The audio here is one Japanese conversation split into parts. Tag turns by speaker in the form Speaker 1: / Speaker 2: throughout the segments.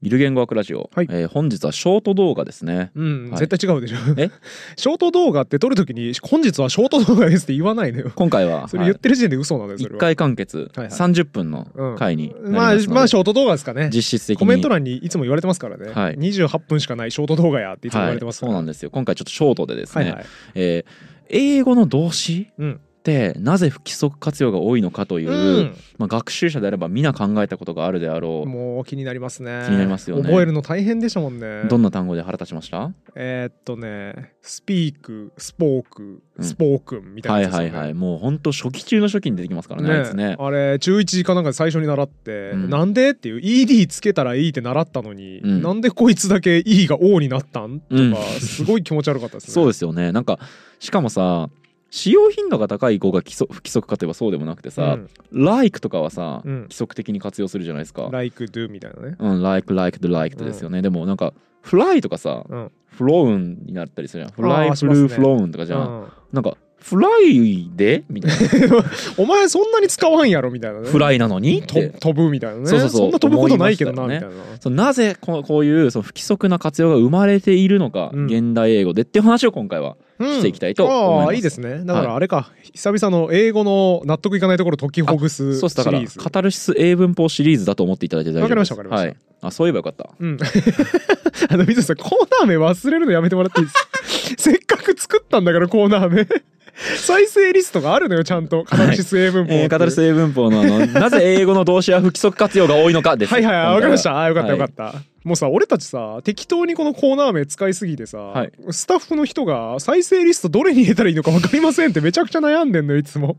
Speaker 1: ビル言語学ラジオ、
Speaker 2: はい
Speaker 1: えー本日はショート動画ですね
Speaker 2: うん、
Speaker 1: はい
Speaker 2: 絶対違うでしょ
Speaker 1: え
Speaker 2: ショート動画って撮るときに本日はショート動画ですって言わない のよ
Speaker 1: 今回は
Speaker 2: それ言ってる時点で嘘なのよ
Speaker 1: はい、
Speaker 2: それ
Speaker 1: 1
Speaker 2: は、
Speaker 1: 回完結
Speaker 2: はいはい
Speaker 1: 30分の回になり
Speaker 2: ま
Speaker 1: ま
Speaker 2: あ
Speaker 1: すので、
Speaker 2: まあショート動画ですかね
Speaker 1: 実質的に
Speaker 2: コメント欄にいつも言われてますからね、
Speaker 1: はい
Speaker 2: 28分しかないショート動画やっていつも言われてますか
Speaker 1: はい、
Speaker 2: ら、
Speaker 1: そうなんですよ今回ちょっとショートでですね、
Speaker 2: はいはい
Speaker 1: えー英語の動詞
Speaker 2: うん
Speaker 1: ってなぜ不規則活用が多いのかという、まあ、学習者であれば皆考えたことがあるであろ
Speaker 2: うん、もう気になりますね
Speaker 1: 気になりますよね
Speaker 2: 覚えるの大変でしたもんね
Speaker 1: うどんな単語で腹立ちました
Speaker 2: えーっとねスピークスポーク
Speaker 1: うん
Speaker 2: スポークンみた
Speaker 1: はいい
Speaker 2: なやつ
Speaker 1: は
Speaker 2: で
Speaker 1: い
Speaker 2: すよね
Speaker 1: はいもうほんと初期中の初期に出てきますからねあいつね
Speaker 2: あれ中1かなんかで最初に習って、
Speaker 1: うん
Speaker 2: なんでっていう ED つけたらいいって習ったのに、
Speaker 1: うん
Speaker 2: なんでこいつだけ E が O になったんとか、
Speaker 1: うん
Speaker 2: すごい気持ち悪かったですね。
Speaker 1: そうですよねなんかしかもさ使用頻度が高い語が規則不規則かといえばそうでもなくて
Speaker 2: う
Speaker 1: さ
Speaker 2: ん
Speaker 1: 「like」とかはさ、
Speaker 2: うん
Speaker 1: 規則的に活用するじゃないですか
Speaker 2: like do みたいな
Speaker 1: 「
Speaker 2: ね
Speaker 1: うん、like like the like」ですよね、でもなんか「fly」とかさ「
Speaker 2: うん
Speaker 1: flown」になったりするじゃん「fly
Speaker 2: あーし
Speaker 1: flew
Speaker 2: ますね
Speaker 1: flown」とかじゃん、
Speaker 2: うん
Speaker 1: なんか「fly で?」みたいな
Speaker 2: お前そんなに使わんやろみたいな
Speaker 1: 「
Speaker 2: ね
Speaker 1: fly なのに?」っ
Speaker 2: と
Speaker 1: て
Speaker 2: 飛ぶみたいなね
Speaker 1: そうそうそうん
Speaker 2: な飛ぶことないけどな
Speaker 1: 思い
Speaker 2: み
Speaker 1: ま
Speaker 2: た
Speaker 1: し
Speaker 2: い
Speaker 1: た
Speaker 2: な、
Speaker 1: そのなぜこうこういうその不規則な活用が生まれているのか、
Speaker 2: うん
Speaker 1: 現代英語でっていう話を今回は
Speaker 2: うん
Speaker 1: していきたいと思います
Speaker 2: ああいいですねだからあれか、久々の英語の納得いかないところ解きほぐす
Speaker 1: そうで
Speaker 2: シリ
Speaker 1: すだから
Speaker 2: ーズ
Speaker 1: カタルシス英文法シリーズだと思っていただいて大丈夫です
Speaker 2: わかりましたわかりま
Speaker 1: はい、あそういえばよかった
Speaker 2: うん。 あの、水野さん、コーナー名忘れるのやめてもらってい いですかせっかく作ったんだから、コーナー名。 再生リストがあるのよ、ちゃんと。カタルシス英文法っていう、
Speaker 1: えー、カタルシス英文法のあ のなぜ英語の動詞は不規則活用が多いのかです
Speaker 2: はいはい、あわかりました。あよかった
Speaker 1: はい
Speaker 2: よかった。もうさ俺たちさ適当にこのコーナー名使いすぎてさ、
Speaker 1: はい
Speaker 2: スタッフの人が再生リストどれに入れたらいいのか分かりませんってめちゃくちゃ悩んでんのよい つも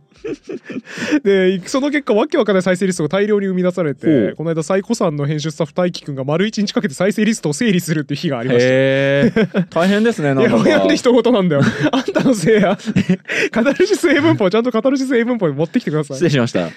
Speaker 2: でその結果わけわかんない再生リストが大量に生み出され
Speaker 1: ほ
Speaker 2: て
Speaker 1: う
Speaker 2: この間サイコさんの編集スタッフ大輝くんが丸一日かけて再生リストを整理するっていう日がありました
Speaker 1: へえ大変ですね
Speaker 2: い
Speaker 1: な
Speaker 2: や、
Speaker 1: ん
Speaker 2: 親
Speaker 1: か
Speaker 2: で一 言なんだよ。あんたのせいや。カタルシス英文法、ちゃんとカタルシス英文法に持ってきてく ださい。
Speaker 1: 失礼しました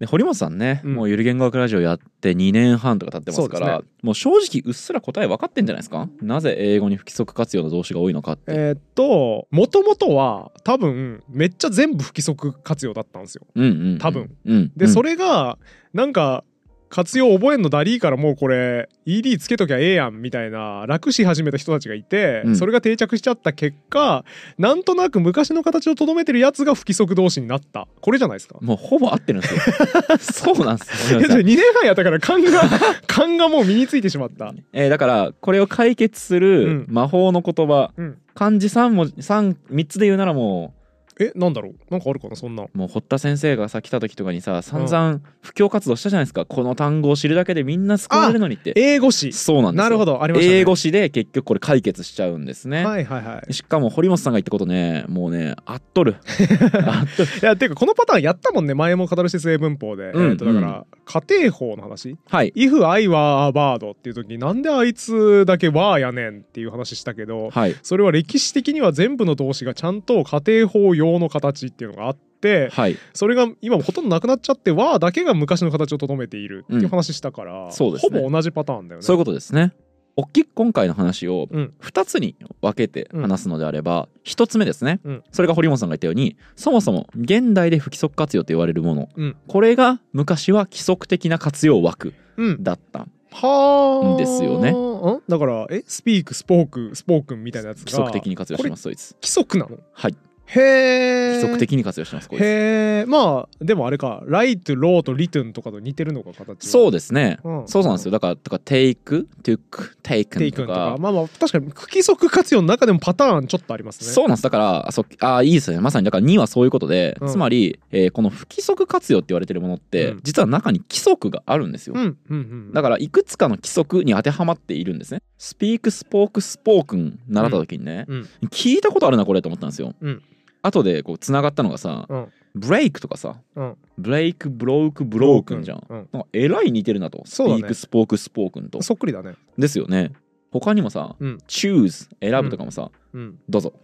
Speaker 1: で堀本さんね、
Speaker 2: うん
Speaker 1: もうゆる言語学ラジオやって2年半とか経ってますから
Speaker 2: そう
Speaker 1: もう正直うっすら答え分かってんじゃないですかなぜ英語に不規則活用の動詞が多いのかって、
Speaker 2: えーっと、もともとは多分、めっちゃ全部不規則活用だったんですよ。
Speaker 1: うんうんうん
Speaker 2: 多分、
Speaker 1: うん、
Speaker 2: で、そ
Speaker 1: れ
Speaker 2: れが、なんか、活用覚えんのダリーからもうこれ ED つけときゃええやんみたいな楽し始めた人たちがいて、
Speaker 1: うん
Speaker 2: それが定着しちゃった結果なんとなく昔の形をとどめてるやつが不規則同士になったこれじゃないですか
Speaker 1: もうほぼ合ってるん ですよそうなんですよ
Speaker 2: 2 年半やったから勘が勘がもう身についてしまった
Speaker 1: えーだからこれを解決する
Speaker 2: う
Speaker 1: 魔法の言葉、
Speaker 2: うん
Speaker 1: 漢字3文字三三つで言うならも
Speaker 2: えなんだろうなんかあるかなそんな
Speaker 1: うもう堀田先生がさ来た時とかにさ散々布教活動したじゃないですかこの単語を知るだけでみんな救われるのにって
Speaker 2: 英語詞
Speaker 1: そうなんですよ
Speaker 2: なるほどありましたね
Speaker 1: 英語詞で結局これ解決しちゃうんですね、
Speaker 2: はいはいはい
Speaker 1: しかも堀本さんが言ったことねもうねあっと るあっとる
Speaker 2: いやていうかこのパターンやったもんね前もカタルシス英文法で、
Speaker 1: うん
Speaker 2: えっとだから、家庭法の話
Speaker 1: はい
Speaker 2: 「if I were a bird」っていう時になんであいつだけ「わ」やねんっていう話したけど
Speaker 1: はい
Speaker 2: それは歴史的には全部の動詞がちゃんと家庭法用の形っていうのがあって
Speaker 1: はい
Speaker 2: それが今ほとんどなくなっちゃって「わ」だけが昔の形をとどめているっていう話したから、
Speaker 1: んそうですね
Speaker 2: ほぼ同じパターンだよね。
Speaker 1: そういうことですね。大きく今回の話を
Speaker 2: うん
Speaker 1: 2つに分けて話すのであれば、1つ目ですね、
Speaker 2: うん
Speaker 1: それが堀本さんが言ったようにそもそも現代で不規則活用と言われるもの、
Speaker 2: うん
Speaker 1: これが昔は規則的な活用枠
Speaker 2: うん、
Speaker 1: だった
Speaker 2: はあ。
Speaker 1: ですよね
Speaker 2: ん。だから、え、スピーク、スポーク、スポークンみたいなやつが。
Speaker 1: 規則的に活用してますそいつ
Speaker 2: 規則なの
Speaker 1: はい
Speaker 2: へえ。
Speaker 1: 規則的に活用してますこいつ
Speaker 2: へえ。まあ、でもあれか、ライト、ローとリトゥンとかと似てるのか、形
Speaker 1: そう
Speaker 2: う。
Speaker 1: ですね、
Speaker 2: うん
Speaker 1: そうなんですよだからだから take took
Speaker 2: テ
Speaker 1: taken
Speaker 2: イク
Speaker 1: と
Speaker 2: ンとか
Speaker 1: か。
Speaker 2: まあまあ、確かに、不規則活用の中でもパターンちょっとありますね。
Speaker 1: そうなんですだからあそうあいいですねまさにだから2はそういうことで、
Speaker 2: うん
Speaker 1: つまり、えーこの不規則活用って言われてるものって、
Speaker 2: うん
Speaker 1: 実は中に規則があるんですよ、
Speaker 2: うん。うん、うん。
Speaker 1: だ
Speaker 2: か
Speaker 1: からいくつかの規則に当てはまっているんですね。スピークスポークスポークン習った時にね、
Speaker 2: うん
Speaker 1: 聞いたことあるなこれと思ったんですよ。
Speaker 2: うん
Speaker 1: 後でこうつながったのがさ、
Speaker 2: うん
Speaker 1: ブレイクとかさ、
Speaker 2: うん
Speaker 1: ブレイクブロークブロークンじゃん。
Speaker 2: うん。
Speaker 1: なんかえらい似てるなと、ス
Speaker 2: そ
Speaker 1: ピ
Speaker 2: うだね
Speaker 1: ークスポークスポークンと。
Speaker 2: そっくりだね。
Speaker 1: ですよね。他にもさ、
Speaker 2: うん
Speaker 1: choose 選ぶとかもさ、
Speaker 2: うん。
Speaker 1: どうぞ。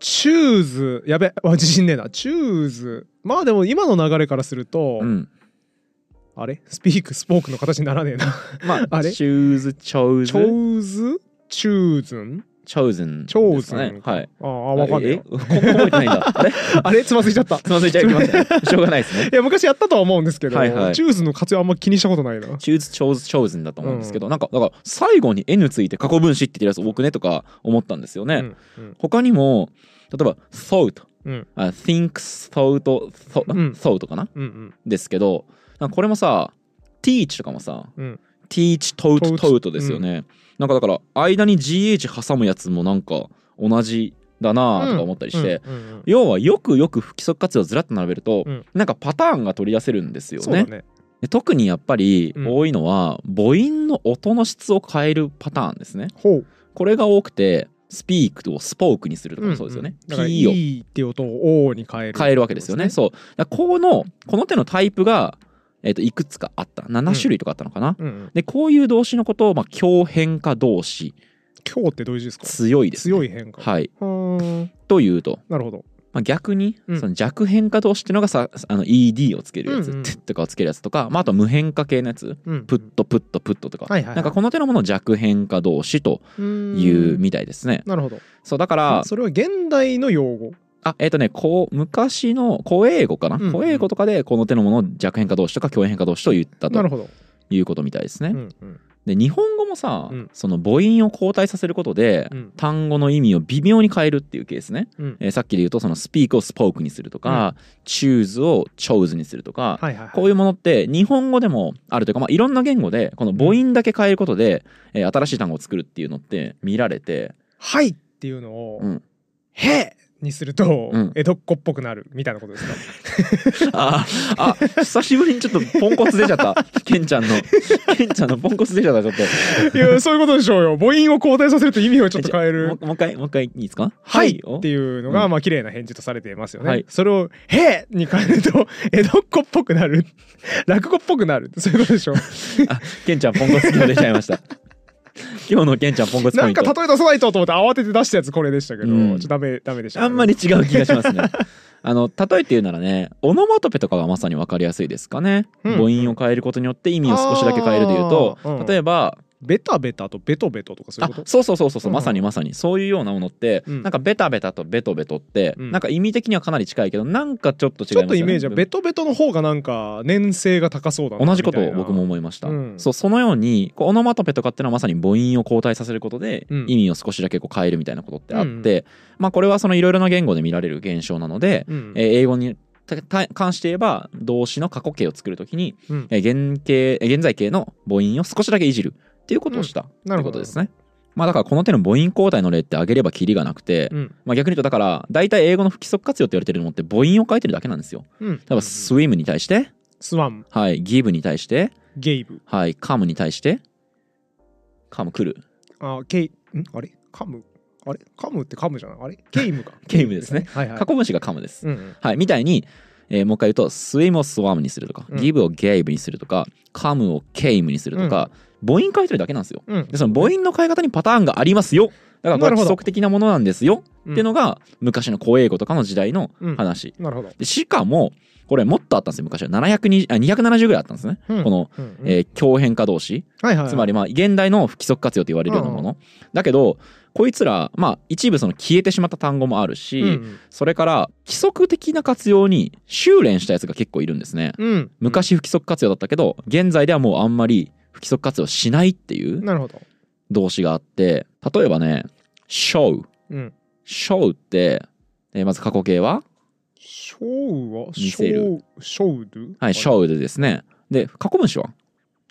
Speaker 2: チューズ、やべ、あ自信ねえな。チューズ。まあでも、今の流れからすると、
Speaker 1: うん、
Speaker 2: あれスピーク、スポークの形にならねえな。
Speaker 1: まあ
Speaker 2: あれ
Speaker 1: choose
Speaker 2: チョ
Speaker 1: chose
Speaker 2: ーズチューズン
Speaker 1: チャウゼン
Speaker 2: チョウ
Speaker 1: です
Speaker 2: ズ
Speaker 1: かね
Speaker 2: ン。
Speaker 1: はい。
Speaker 2: ああ、わかんない
Speaker 1: えここ覚えてないんだ。あれつ
Speaker 2: あれつまずいちゃ った。い
Speaker 1: まずいちゃいけません。しょうがないですね。
Speaker 2: や、昔やったとは思うんですけど、
Speaker 1: はいはい
Speaker 2: チューズの活用あんま気にしたことないな。
Speaker 1: チューズ・チョーズ・チョーズンだと思うんですけど、なんかだから最後に N ついて過去分詞って言ってるやつ多くねとか思ったんですよね、
Speaker 2: うんうん
Speaker 1: 他にも例えば thought
Speaker 2: うん
Speaker 1: あ thinks thought thought,、
Speaker 2: うん
Speaker 1: thought かな
Speaker 2: うんうん
Speaker 1: ですけどなんかこれもさ teach とかもさ
Speaker 2: うん
Speaker 1: teach taught
Speaker 2: taught
Speaker 1: taught ですよね、なんかだから間に GH 挟むやつもなんか同じだなとか思ったりして、
Speaker 2: うんうんうん
Speaker 1: 要はよくよく不規則活用をずらっと並べると、
Speaker 2: うん
Speaker 1: なんかパターンが取り出せるんですよ
Speaker 2: そうだ
Speaker 1: ね。
Speaker 2: ね。
Speaker 1: で特にやっぱり
Speaker 2: うん
Speaker 1: 多いのは、母音の音の質を変えるパターンですね。
Speaker 2: ほう。
Speaker 1: これが多くてスピークをスポークにするとかもそうですよね。
Speaker 2: だから
Speaker 1: P を
Speaker 2: E っていう音を O に変える。
Speaker 1: 変えるわけですよね。。そう。だからこのこの手のタイプがえっ、といくつかあった。7種類とかあったのかな。
Speaker 2: うんうん。
Speaker 1: でこういう動詞のことをまあ強変化動詞
Speaker 2: 今日ってどういう字ですか
Speaker 1: 強いです、ね。
Speaker 2: 強
Speaker 1: い。
Speaker 2: い変化。
Speaker 1: はい。
Speaker 2: うーん
Speaker 1: というと。
Speaker 2: なるほど。
Speaker 1: まあ、逆に
Speaker 2: うん
Speaker 1: その弱変化動詞っていうのがさあの ED をつけるやつ、
Speaker 2: うんうん
Speaker 1: てとかをつけるやつとか、まあ、あと無変化系のやつ
Speaker 2: うん
Speaker 1: プットプットプットとか、
Speaker 2: はいはいはい
Speaker 1: なんかこの手のものを弱変化動詞と
Speaker 2: うーん
Speaker 1: いうみたいですね。
Speaker 2: なるほど。
Speaker 1: そうだから
Speaker 2: それは現代の用語。
Speaker 1: あえっ、とねこう昔の古英語かな、
Speaker 2: うんうん
Speaker 1: 古英語とかでこの手のものを弱変化動詞とか強変化動詞と言った
Speaker 2: な
Speaker 1: と
Speaker 2: るほど。
Speaker 1: いうことみたいですね。
Speaker 2: うんうん
Speaker 1: で日本語もさ、
Speaker 2: うん
Speaker 1: その母音を交代させることで、
Speaker 2: うん
Speaker 1: 単語の意味を微妙に変えるっていうケースね。
Speaker 2: うん。
Speaker 1: えーさっきで言うとそのスピークをスポークにするとか、チューズをチョーズにするとか、
Speaker 2: はいはいはい。
Speaker 1: こういうものって日本語でもあるというか、まあ、いろんな言語でこの母音だけ変えることで、えー新しい単語を作るっていうのって見られて、
Speaker 2: はいっていうのを、
Speaker 1: うん、
Speaker 2: へにすると
Speaker 1: うん
Speaker 2: 江戸っ子っぽくなるみたいなことですか。
Speaker 1: あーあ久しぶりにちょっとポンコツ出ちゃ ったケンちゃんのケンちゃんのポンコツ出ちゃったちょっと
Speaker 2: いやそういうことでしょう よ。母音を交代させると意味をちょっと変える
Speaker 1: も。うもう一回もう一回いいですか
Speaker 2: はい
Speaker 1: を
Speaker 2: っていうのが、
Speaker 1: うん
Speaker 2: まあ綺麗な返事とされていますよね。
Speaker 1: はい
Speaker 2: それを「へ」に変えると 江戸っ子っぽくなる 落語っぽくなるそういうことでしょ
Speaker 1: あケンちゃんポンコツ今日出ちゃいま した今日のケンちゃんポンコツポ
Speaker 2: な
Speaker 1: イン
Speaker 2: ん
Speaker 1: ト
Speaker 2: か例え出さないとと思って慌てて出したやつこれでしたけど、
Speaker 1: うん
Speaker 2: ちょっとダメダメでした、
Speaker 1: あんまり違う気がします ね。あの例えて言うならねオノマトペとかがまさに分かりやすいですかね、
Speaker 2: うん
Speaker 1: 母音を変えることによって意味を少しだけ変えるで言うと
Speaker 2: あーうん
Speaker 1: 例えば
Speaker 2: ベタベタとベトベトとかそう
Speaker 1: あ
Speaker 2: いうこと
Speaker 1: そうそうそうそうそう、
Speaker 2: うん
Speaker 1: ま
Speaker 2: うん
Speaker 1: さにまさにそういうようなものって、
Speaker 2: うん
Speaker 1: なんかベタベタとベトベトって、
Speaker 2: うん
Speaker 1: なんか意味的にはかなり近いけどなんかちょっと違います
Speaker 2: ち
Speaker 1: よ
Speaker 2: ょ
Speaker 1: ね
Speaker 2: っとイメージはベトベトの方がなんか粘性が高そうだな
Speaker 1: 同じこと
Speaker 2: みた
Speaker 1: を
Speaker 2: いな
Speaker 1: 僕も思いました、
Speaker 2: うん
Speaker 1: そうそのようにこうオノマトペとかってのはまさに母音を交代させることで
Speaker 2: うん
Speaker 1: 意味を少しだけこう変えるみたいなことってあって、
Speaker 2: うんう
Speaker 1: まあこれはそのいろいろな言語で見られる現象なので、
Speaker 2: うん
Speaker 1: えー英語にたた関して言えば動詞の過去形を作るときに、
Speaker 2: うん
Speaker 1: えー現形えー現在形の母音を少しだけいじるっていうことをした、という
Speaker 2: なるほ
Speaker 1: こ
Speaker 2: ど
Speaker 1: とですね。まあだからこの手の母音交代の例って挙げればキリがなくて、
Speaker 2: うん
Speaker 1: まあ、逆に言うとだから大体英語の不規則活用って言われてるのって母音を書いてるだけなんですよ。
Speaker 2: うん
Speaker 1: 例えば
Speaker 2: ス
Speaker 1: swim に対して、
Speaker 2: ワン
Speaker 1: はい、give に対して、
Speaker 2: ゲイブ
Speaker 1: はい、come に対して、come 来る。
Speaker 2: あケイんあれカムあれカムってカムじゃないあれゲイムか
Speaker 1: ゲイムですね
Speaker 2: はいはい
Speaker 1: 過去分詞が come です。
Speaker 2: うんうん
Speaker 1: はい、みたいに、えーもう一回言うと、swim を swam にするとか、
Speaker 2: うん
Speaker 1: give を gave にするとか、come を came にするとか、母音書いてるだけなんですよ。
Speaker 2: うん
Speaker 1: で、その母音の変え方にパターンがありますよ。だからこ
Speaker 2: な
Speaker 1: れ
Speaker 2: るほ
Speaker 1: 規
Speaker 2: ど
Speaker 1: 則的なものなんですよ。
Speaker 2: うん
Speaker 1: っていうのが、昔の古英語とかの時代の
Speaker 2: うん
Speaker 1: 話。
Speaker 2: なるほど
Speaker 1: でしかも、これもっとあったんですよ、昔は。720あ270ぐらいあったんですね。
Speaker 2: うん
Speaker 1: この、
Speaker 2: うんうん
Speaker 1: えー強変化動詞。
Speaker 2: はいはいはい
Speaker 1: つまりまあ現代の不規則活用と言われるようなもの、だけどこいつらまあ一部その消えてしまった単語もあるし、
Speaker 2: うん
Speaker 1: それから規則的な活用に修練したやつが結構いるんですね
Speaker 2: うん、
Speaker 1: 昔不規則活用だったけど現在ではもうあんまり不規則活用しないっていう
Speaker 2: なるほど、
Speaker 1: 動詞があって例えばね「show」
Speaker 2: うん、
Speaker 1: 「show」って、えーまず過去形は
Speaker 2: ショウは
Speaker 1: 見せる
Speaker 2: ショウショウル
Speaker 1: 「はい、
Speaker 2: ウ
Speaker 1: showed」ですねで過去分詞は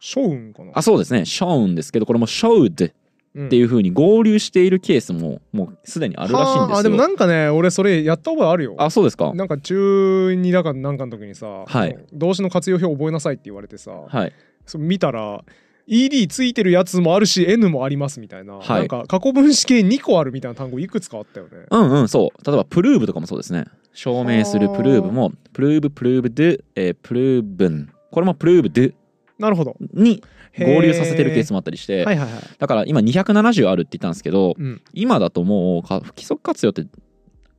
Speaker 2: ショウンかな
Speaker 1: あそうですね「shown」ですけどこれも「showed」
Speaker 2: うん
Speaker 1: っていう風に合流しているケースももうすでにあるらしいんです
Speaker 2: は
Speaker 1: よ
Speaker 2: あでもなんかね俺それやった覚えあるよ
Speaker 1: あそうですか
Speaker 2: なんか中二だかなんかの時にさ、
Speaker 1: はい
Speaker 2: 動詞の活用表覚えなさいって言われてさ、
Speaker 1: はい
Speaker 2: そ見たら ED ついてるやつもあるし N もありますみたいな、
Speaker 1: はい
Speaker 2: なんか過去分詞系2個あるみたいな単語いくつかあったよね
Speaker 1: うんうんそう例えばプルーブとかもそうですね証明する
Speaker 2: はあ
Speaker 1: プルーブもプルーブプルーブドゥ、えープルーブンこれもプルーブドゥ
Speaker 2: なるほど
Speaker 1: に
Speaker 2: へー
Speaker 1: 合流させてるケースもあったりして、
Speaker 2: はいはいはい
Speaker 1: だから今270あるって言ったんですけど
Speaker 2: うん
Speaker 1: 今だともうか不規則活用って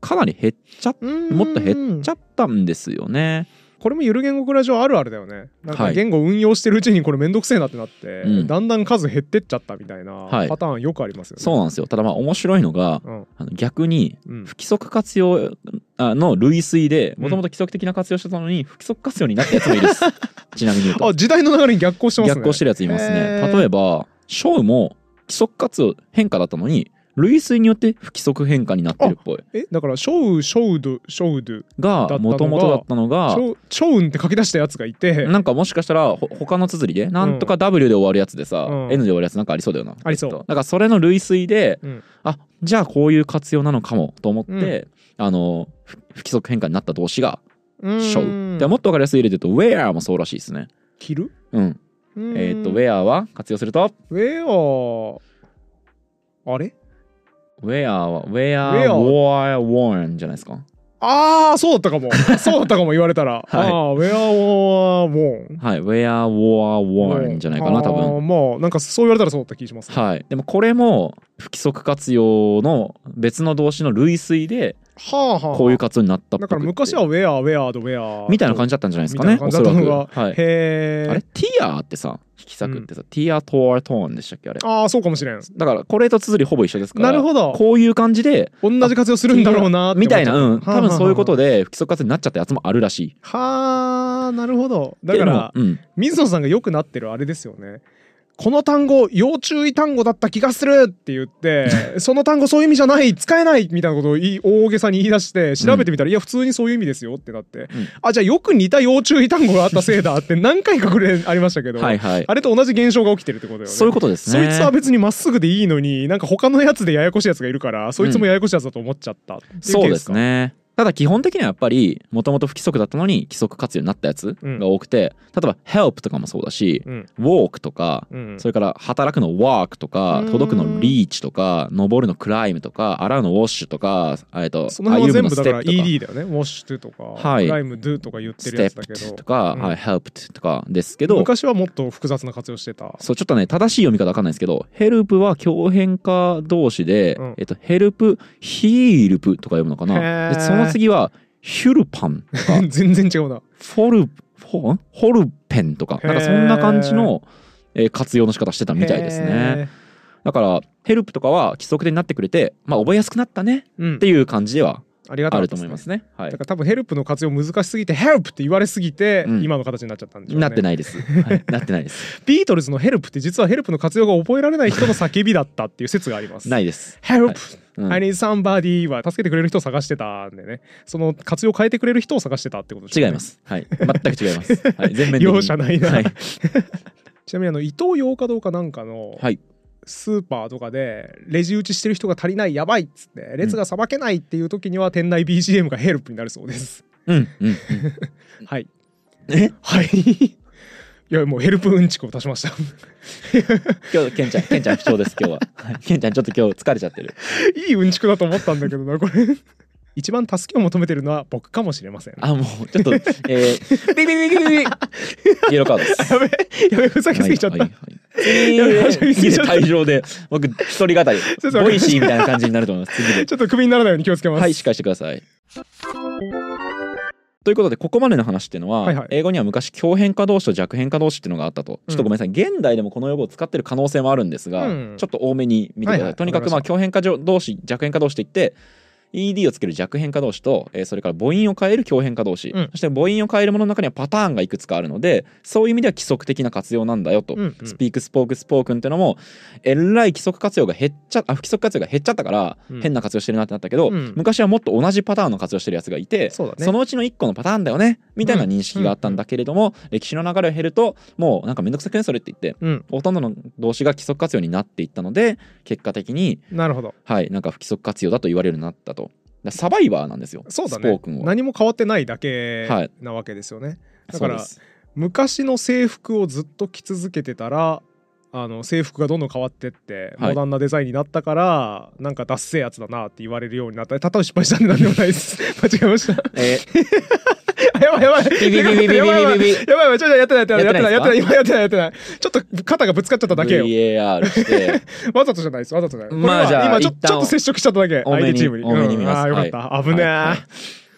Speaker 1: かなり減っちゃっ
Speaker 2: うーん
Speaker 1: もっと減っちゃったんですよね
Speaker 2: これもゆる言語クラジオあるあるだよねな
Speaker 1: は
Speaker 2: んか
Speaker 1: い
Speaker 2: 言語運用してるうちにこれめんどくせえなってなって、
Speaker 1: うん
Speaker 2: だんだん数減ってっちゃったみたいな
Speaker 1: はい
Speaker 2: パターンよくありますよね、
Speaker 1: そうなんですよただまあ面白いのが
Speaker 2: うん
Speaker 1: あの逆に
Speaker 2: うん
Speaker 1: 不規則活用あの類推でもともと規則的な活用してたのに不規則活用になったやつもいるっ すちなみに言うと
Speaker 2: あ時代の流れに逆行してますね
Speaker 1: 逆行してるやついますね
Speaker 2: へー
Speaker 1: 例えばショウも規則活用変化だったのに類推によって不規則変化になってるっぽい
Speaker 2: えだからショウショウドショウドシだった
Speaker 1: が
Speaker 2: のが
Speaker 1: もともとだったのが
Speaker 2: ョウショウンって書き出したやつがいて
Speaker 1: なんかもしかしたらほ他の綴りでなんとか W で終わるやつでさ、
Speaker 2: う
Speaker 1: N
Speaker 2: ん
Speaker 1: で終わるやつなんかありそうだよな
Speaker 2: ありそう
Speaker 1: だからそれの類推で、
Speaker 2: うん
Speaker 1: あじゃあこういう活用なのかもと思って、
Speaker 2: う
Speaker 1: あのふ不規則変化になった動詞が「
Speaker 2: うーん
Speaker 1: ショウ」でもっとわかりやすい例で言うと「Where」もそうらしいですね
Speaker 2: 着る
Speaker 1: うん
Speaker 2: うーん
Speaker 1: えっ、と「Where」は活用すると
Speaker 2: ウェアあれ
Speaker 1: 「Where」は「
Speaker 2: Where
Speaker 1: Where」「Wore」「Worn」じゃないですか
Speaker 2: ああそうだっ たかもそうだったかも言われたら、
Speaker 1: はい
Speaker 2: ああウェアオアウォン
Speaker 1: はい「Where」「Wore」「Worn」じゃないかな多分
Speaker 2: あーまあなんかそう言われたらそうだった気がします、ね、
Speaker 1: はい、でもこれも不規則活用の別の動詞の類推で
Speaker 2: はあはあ
Speaker 1: こういう活用になったっぽ
Speaker 2: だ
Speaker 1: くて
Speaker 2: から昔はウェアウェアドウェア
Speaker 1: みたいな感
Speaker 2: じ
Speaker 1: じだったんじゃないですかね
Speaker 2: みたい
Speaker 1: お
Speaker 2: な
Speaker 1: そ
Speaker 2: 感じだ
Speaker 1: ら
Speaker 2: っ
Speaker 1: く、
Speaker 2: たのが
Speaker 1: はい、
Speaker 2: へえ
Speaker 1: あれティアーってさ引き裂くってさ、ティアートールトーンでしたっけあれ
Speaker 2: ああそうかもしれん
Speaker 1: だからこれと綴りほぼ一緒ですから
Speaker 2: なるほど
Speaker 1: こういう感じで
Speaker 2: 同じ活用するんだろうなって思っ
Speaker 1: み
Speaker 2: ちゃ
Speaker 1: た
Speaker 2: っ
Speaker 1: いなうん多分そういうこと
Speaker 2: で
Speaker 1: で不規則活用になっちゃったやつもあるらしい
Speaker 2: はあなるほどだから
Speaker 1: でもうん
Speaker 2: 水野さんが良くなってるあれですよねこの単語要注意単語だった気がするって言って その単語そういう意味じゃない使えないみたいなことを言い大げさに言い出して調べてみたら、いや普通にそういう意味ですよってなって、あじゃあよく似た要注意単語があったせいだって何回かこれありましたけど、
Speaker 1: はいはい
Speaker 2: あれと同じ現象が起きてるってことだよね
Speaker 1: そういうことです
Speaker 2: そ
Speaker 1: ね
Speaker 2: いつは別にまっすぐでいいのになんか他のやつでややこしいやつがいるからそいつもややこしいやつだと思っちゃったっていうケースか
Speaker 1: そうですねただ基本的にはやっぱりもともと不規則だったのに規則活用になったやつが多くて、例えば「help」とかもそうだし
Speaker 2: うん
Speaker 1: 「walk」とか
Speaker 2: うん
Speaker 1: それから働くの work とか
Speaker 2: うん
Speaker 1: 届くの reach とか登るの climb とか洗うの wash とかえっと
Speaker 2: その辺は全部だから
Speaker 1: 歩むの
Speaker 2: ED だよね。ウォッシュとか、
Speaker 1: はい
Speaker 2: ライムドゥとか言ってるやつだけ
Speaker 1: step
Speaker 2: ど
Speaker 1: と、か
Speaker 2: うん
Speaker 1: はい helped とかですけど
Speaker 2: 昔はもっと複雑な活用してた。
Speaker 1: そうちょっとね正しい読み方わかんないですけど help は強変化動詞で
Speaker 2: うん
Speaker 1: えっと help help とか読むのか
Speaker 2: へ
Speaker 1: な
Speaker 2: ー
Speaker 1: でその次はヒュルパンとか
Speaker 2: 全然違うな。
Speaker 1: フォルフォんホルペンとか
Speaker 2: へー
Speaker 1: なんかそんな感じのえー活用の仕方してたみたいですね。
Speaker 2: へ
Speaker 1: だからヘルプとかは規則でになってくれて、まあ、覚えやすくなったね
Speaker 2: ー。うん
Speaker 1: って。いう感じでは
Speaker 2: ありがた
Speaker 1: あ
Speaker 2: かっ
Speaker 1: る
Speaker 2: た
Speaker 1: と
Speaker 2: で
Speaker 1: 思
Speaker 2: ね
Speaker 1: いま。すね。はい
Speaker 2: だか、ら多分ヘルプの活用難しすぎてヘルプって言われすぎて
Speaker 1: うん
Speaker 2: 今の形になっちゃったんでしょうね。
Speaker 1: なってないです。はいなってない です。
Speaker 2: ビートルズのヘルプって実はヘルプの活用が覚えられない人の叫びだったっていう説があります。
Speaker 1: ないです。
Speaker 2: ヘル
Speaker 1: は
Speaker 2: プ
Speaker 1: いうん
Speaker 2: I need somebody は助けてくれる人を探してたんでね。その活用を変えてくれる人を探してたってことでしょう
Speaker 1: 違
Speaker 2: ね
Speaker 1: いま。す。はい。全く違います。 はい、全面的に。
Speaker 2: 容赦ないな
Speaker 1: はい。
Speaker 2: ちなみにあの伊藤洋華堂かなんかの
Speaker 1: はい
Speaker 2: スーパーとかでレジ打ちしてる人が足りないやばいっつって列がさばけないっていう時には店内 BGM がヘルプになるそうです。
Speaker 1: うんうんうん。
Speaker 2: はい
Speaker 1: え
Speaker 2: はい。いやもうヘルプうんちくを足しました。
Speaker 1: 今日、ケンちゃん、ケンちゃん不調です、今日は。はいケンちゃん、ちょっと今日疲れちゃってる。
Speaker 2: いいうんちくだと思ったんだけどなこれ。一番助けを求めてるのは僕かもしれません。
Speaker 1: あ、もう、ちょっと、え ー、ビビビビビビイエローカードです。
Speaker 2: やべやべふざけすぎちゃった。
Speaker 1: はいはいはい
Speaker 2: や
Speaker 1: 次で退場で、僕、一人語り、ボイシーみたいな感じになると思います。次で
Speaker 2: ち。ょっとクビにならないように気をつけます。
Speaker 1: はい、しっかりしてください。ということでここまでの話っていうのは、
Speaker 2: はいはい
Speaker 1: 英語には昔強変化動詞と弱変化動詞っていうのがあったと、ちょっとごめんなさい現代でもこの用語を使ってる可能性もあるんですが、
Speaker 2: うん
Speaker 1: ちょっと多めに見てください、
Speaker 2: はいはい
Speaker 1: とにかくまあ
Speaker 2: わ
Speaker 1: 強変化動詞弱変化動詞といって ED をつける弱変化動詞と、えーそれから母音を変える強変化動詞、
Speaker 2: うん
Speaker 1: そして母音を変えるものの中にはパターンがいくつかあるのでそういう意味では規則的な活用なんだよと、
Speaker 2: うんうん
Speaker 1: スピークスポークスポークンってのもえらい規則活用が減っちゃあ不規則活用が減っちゃったから
Speaker 2: うん
Speaker 1: 変な活用してるなってなったけど、
Speaker 2: うん
Speaker 1: 昔はもっと同じパターンの活用してるやつがいて
Speaker 2: そうだね
Speaker 1: のうちの1個のパターンだよねみたいな認識があったんだけれども、歴史の流れを減るともうなんかめんどくさくねそれって言って
Speaker 2: うん
Speaker 1: ほとんどの動詞が規則活用になっていったので結果的に
Speaker 2: なるほど。
Speaker 1: はいなんか不規則活用だと言われるようになったと。だからサバイバーなんですよ
Speaker 2: そうだ
Speaker 1: スポー
Speaker 2: ね
Speaker 1: クン。は。
Speaker 2: 何も変わってないだけ
Speaker 1: はい
Speaker 2: なわけですよね。だから
Speaker 1: そうです
Speaker 2: 昔の制服をずっと着続けてたらあの制服がどんどん変わってって、
Speaker 1: はい
Speaker 2: モダンなデザインになったからなんかダッセーやつだなって言われるようになったたとえ失敗したんで何でもないです間違えました
Speaker 1: え
Speaker 2: あやばいやばい
Speaker 1: ー、ビビビビビビビ
Speaker 2: やばいやばい
Speaker 1: ビビ
Speaker 2: やばいやばいちょっとやってないやってないやってな
Speaker 1: やっててな
Speaker 2: いやっな
Speaker 1: い
Speaker 2: 今やってないやってないちょっと肩がぶつかっちゃっただけよ
Speaker 1: VAR して
Speaker 2: わざとじゃないですわざとじゃないこれは
Speaker 1: まあじゃあ
Speaker 2: 今ちょ
Speaker 1: 一
Speaker 2: ち
Speaker 1: 旦
Speaker 2: ょっと接触しちゃっただけ
Speaker 1: 多
Speaker 2: 相
Speaker 1: めに
Speaker 2: 手チームに
Speaker 1: 多めに見ます
Speaker 2: うんあーよかった、危ねえ、
Speaker 1: はいはい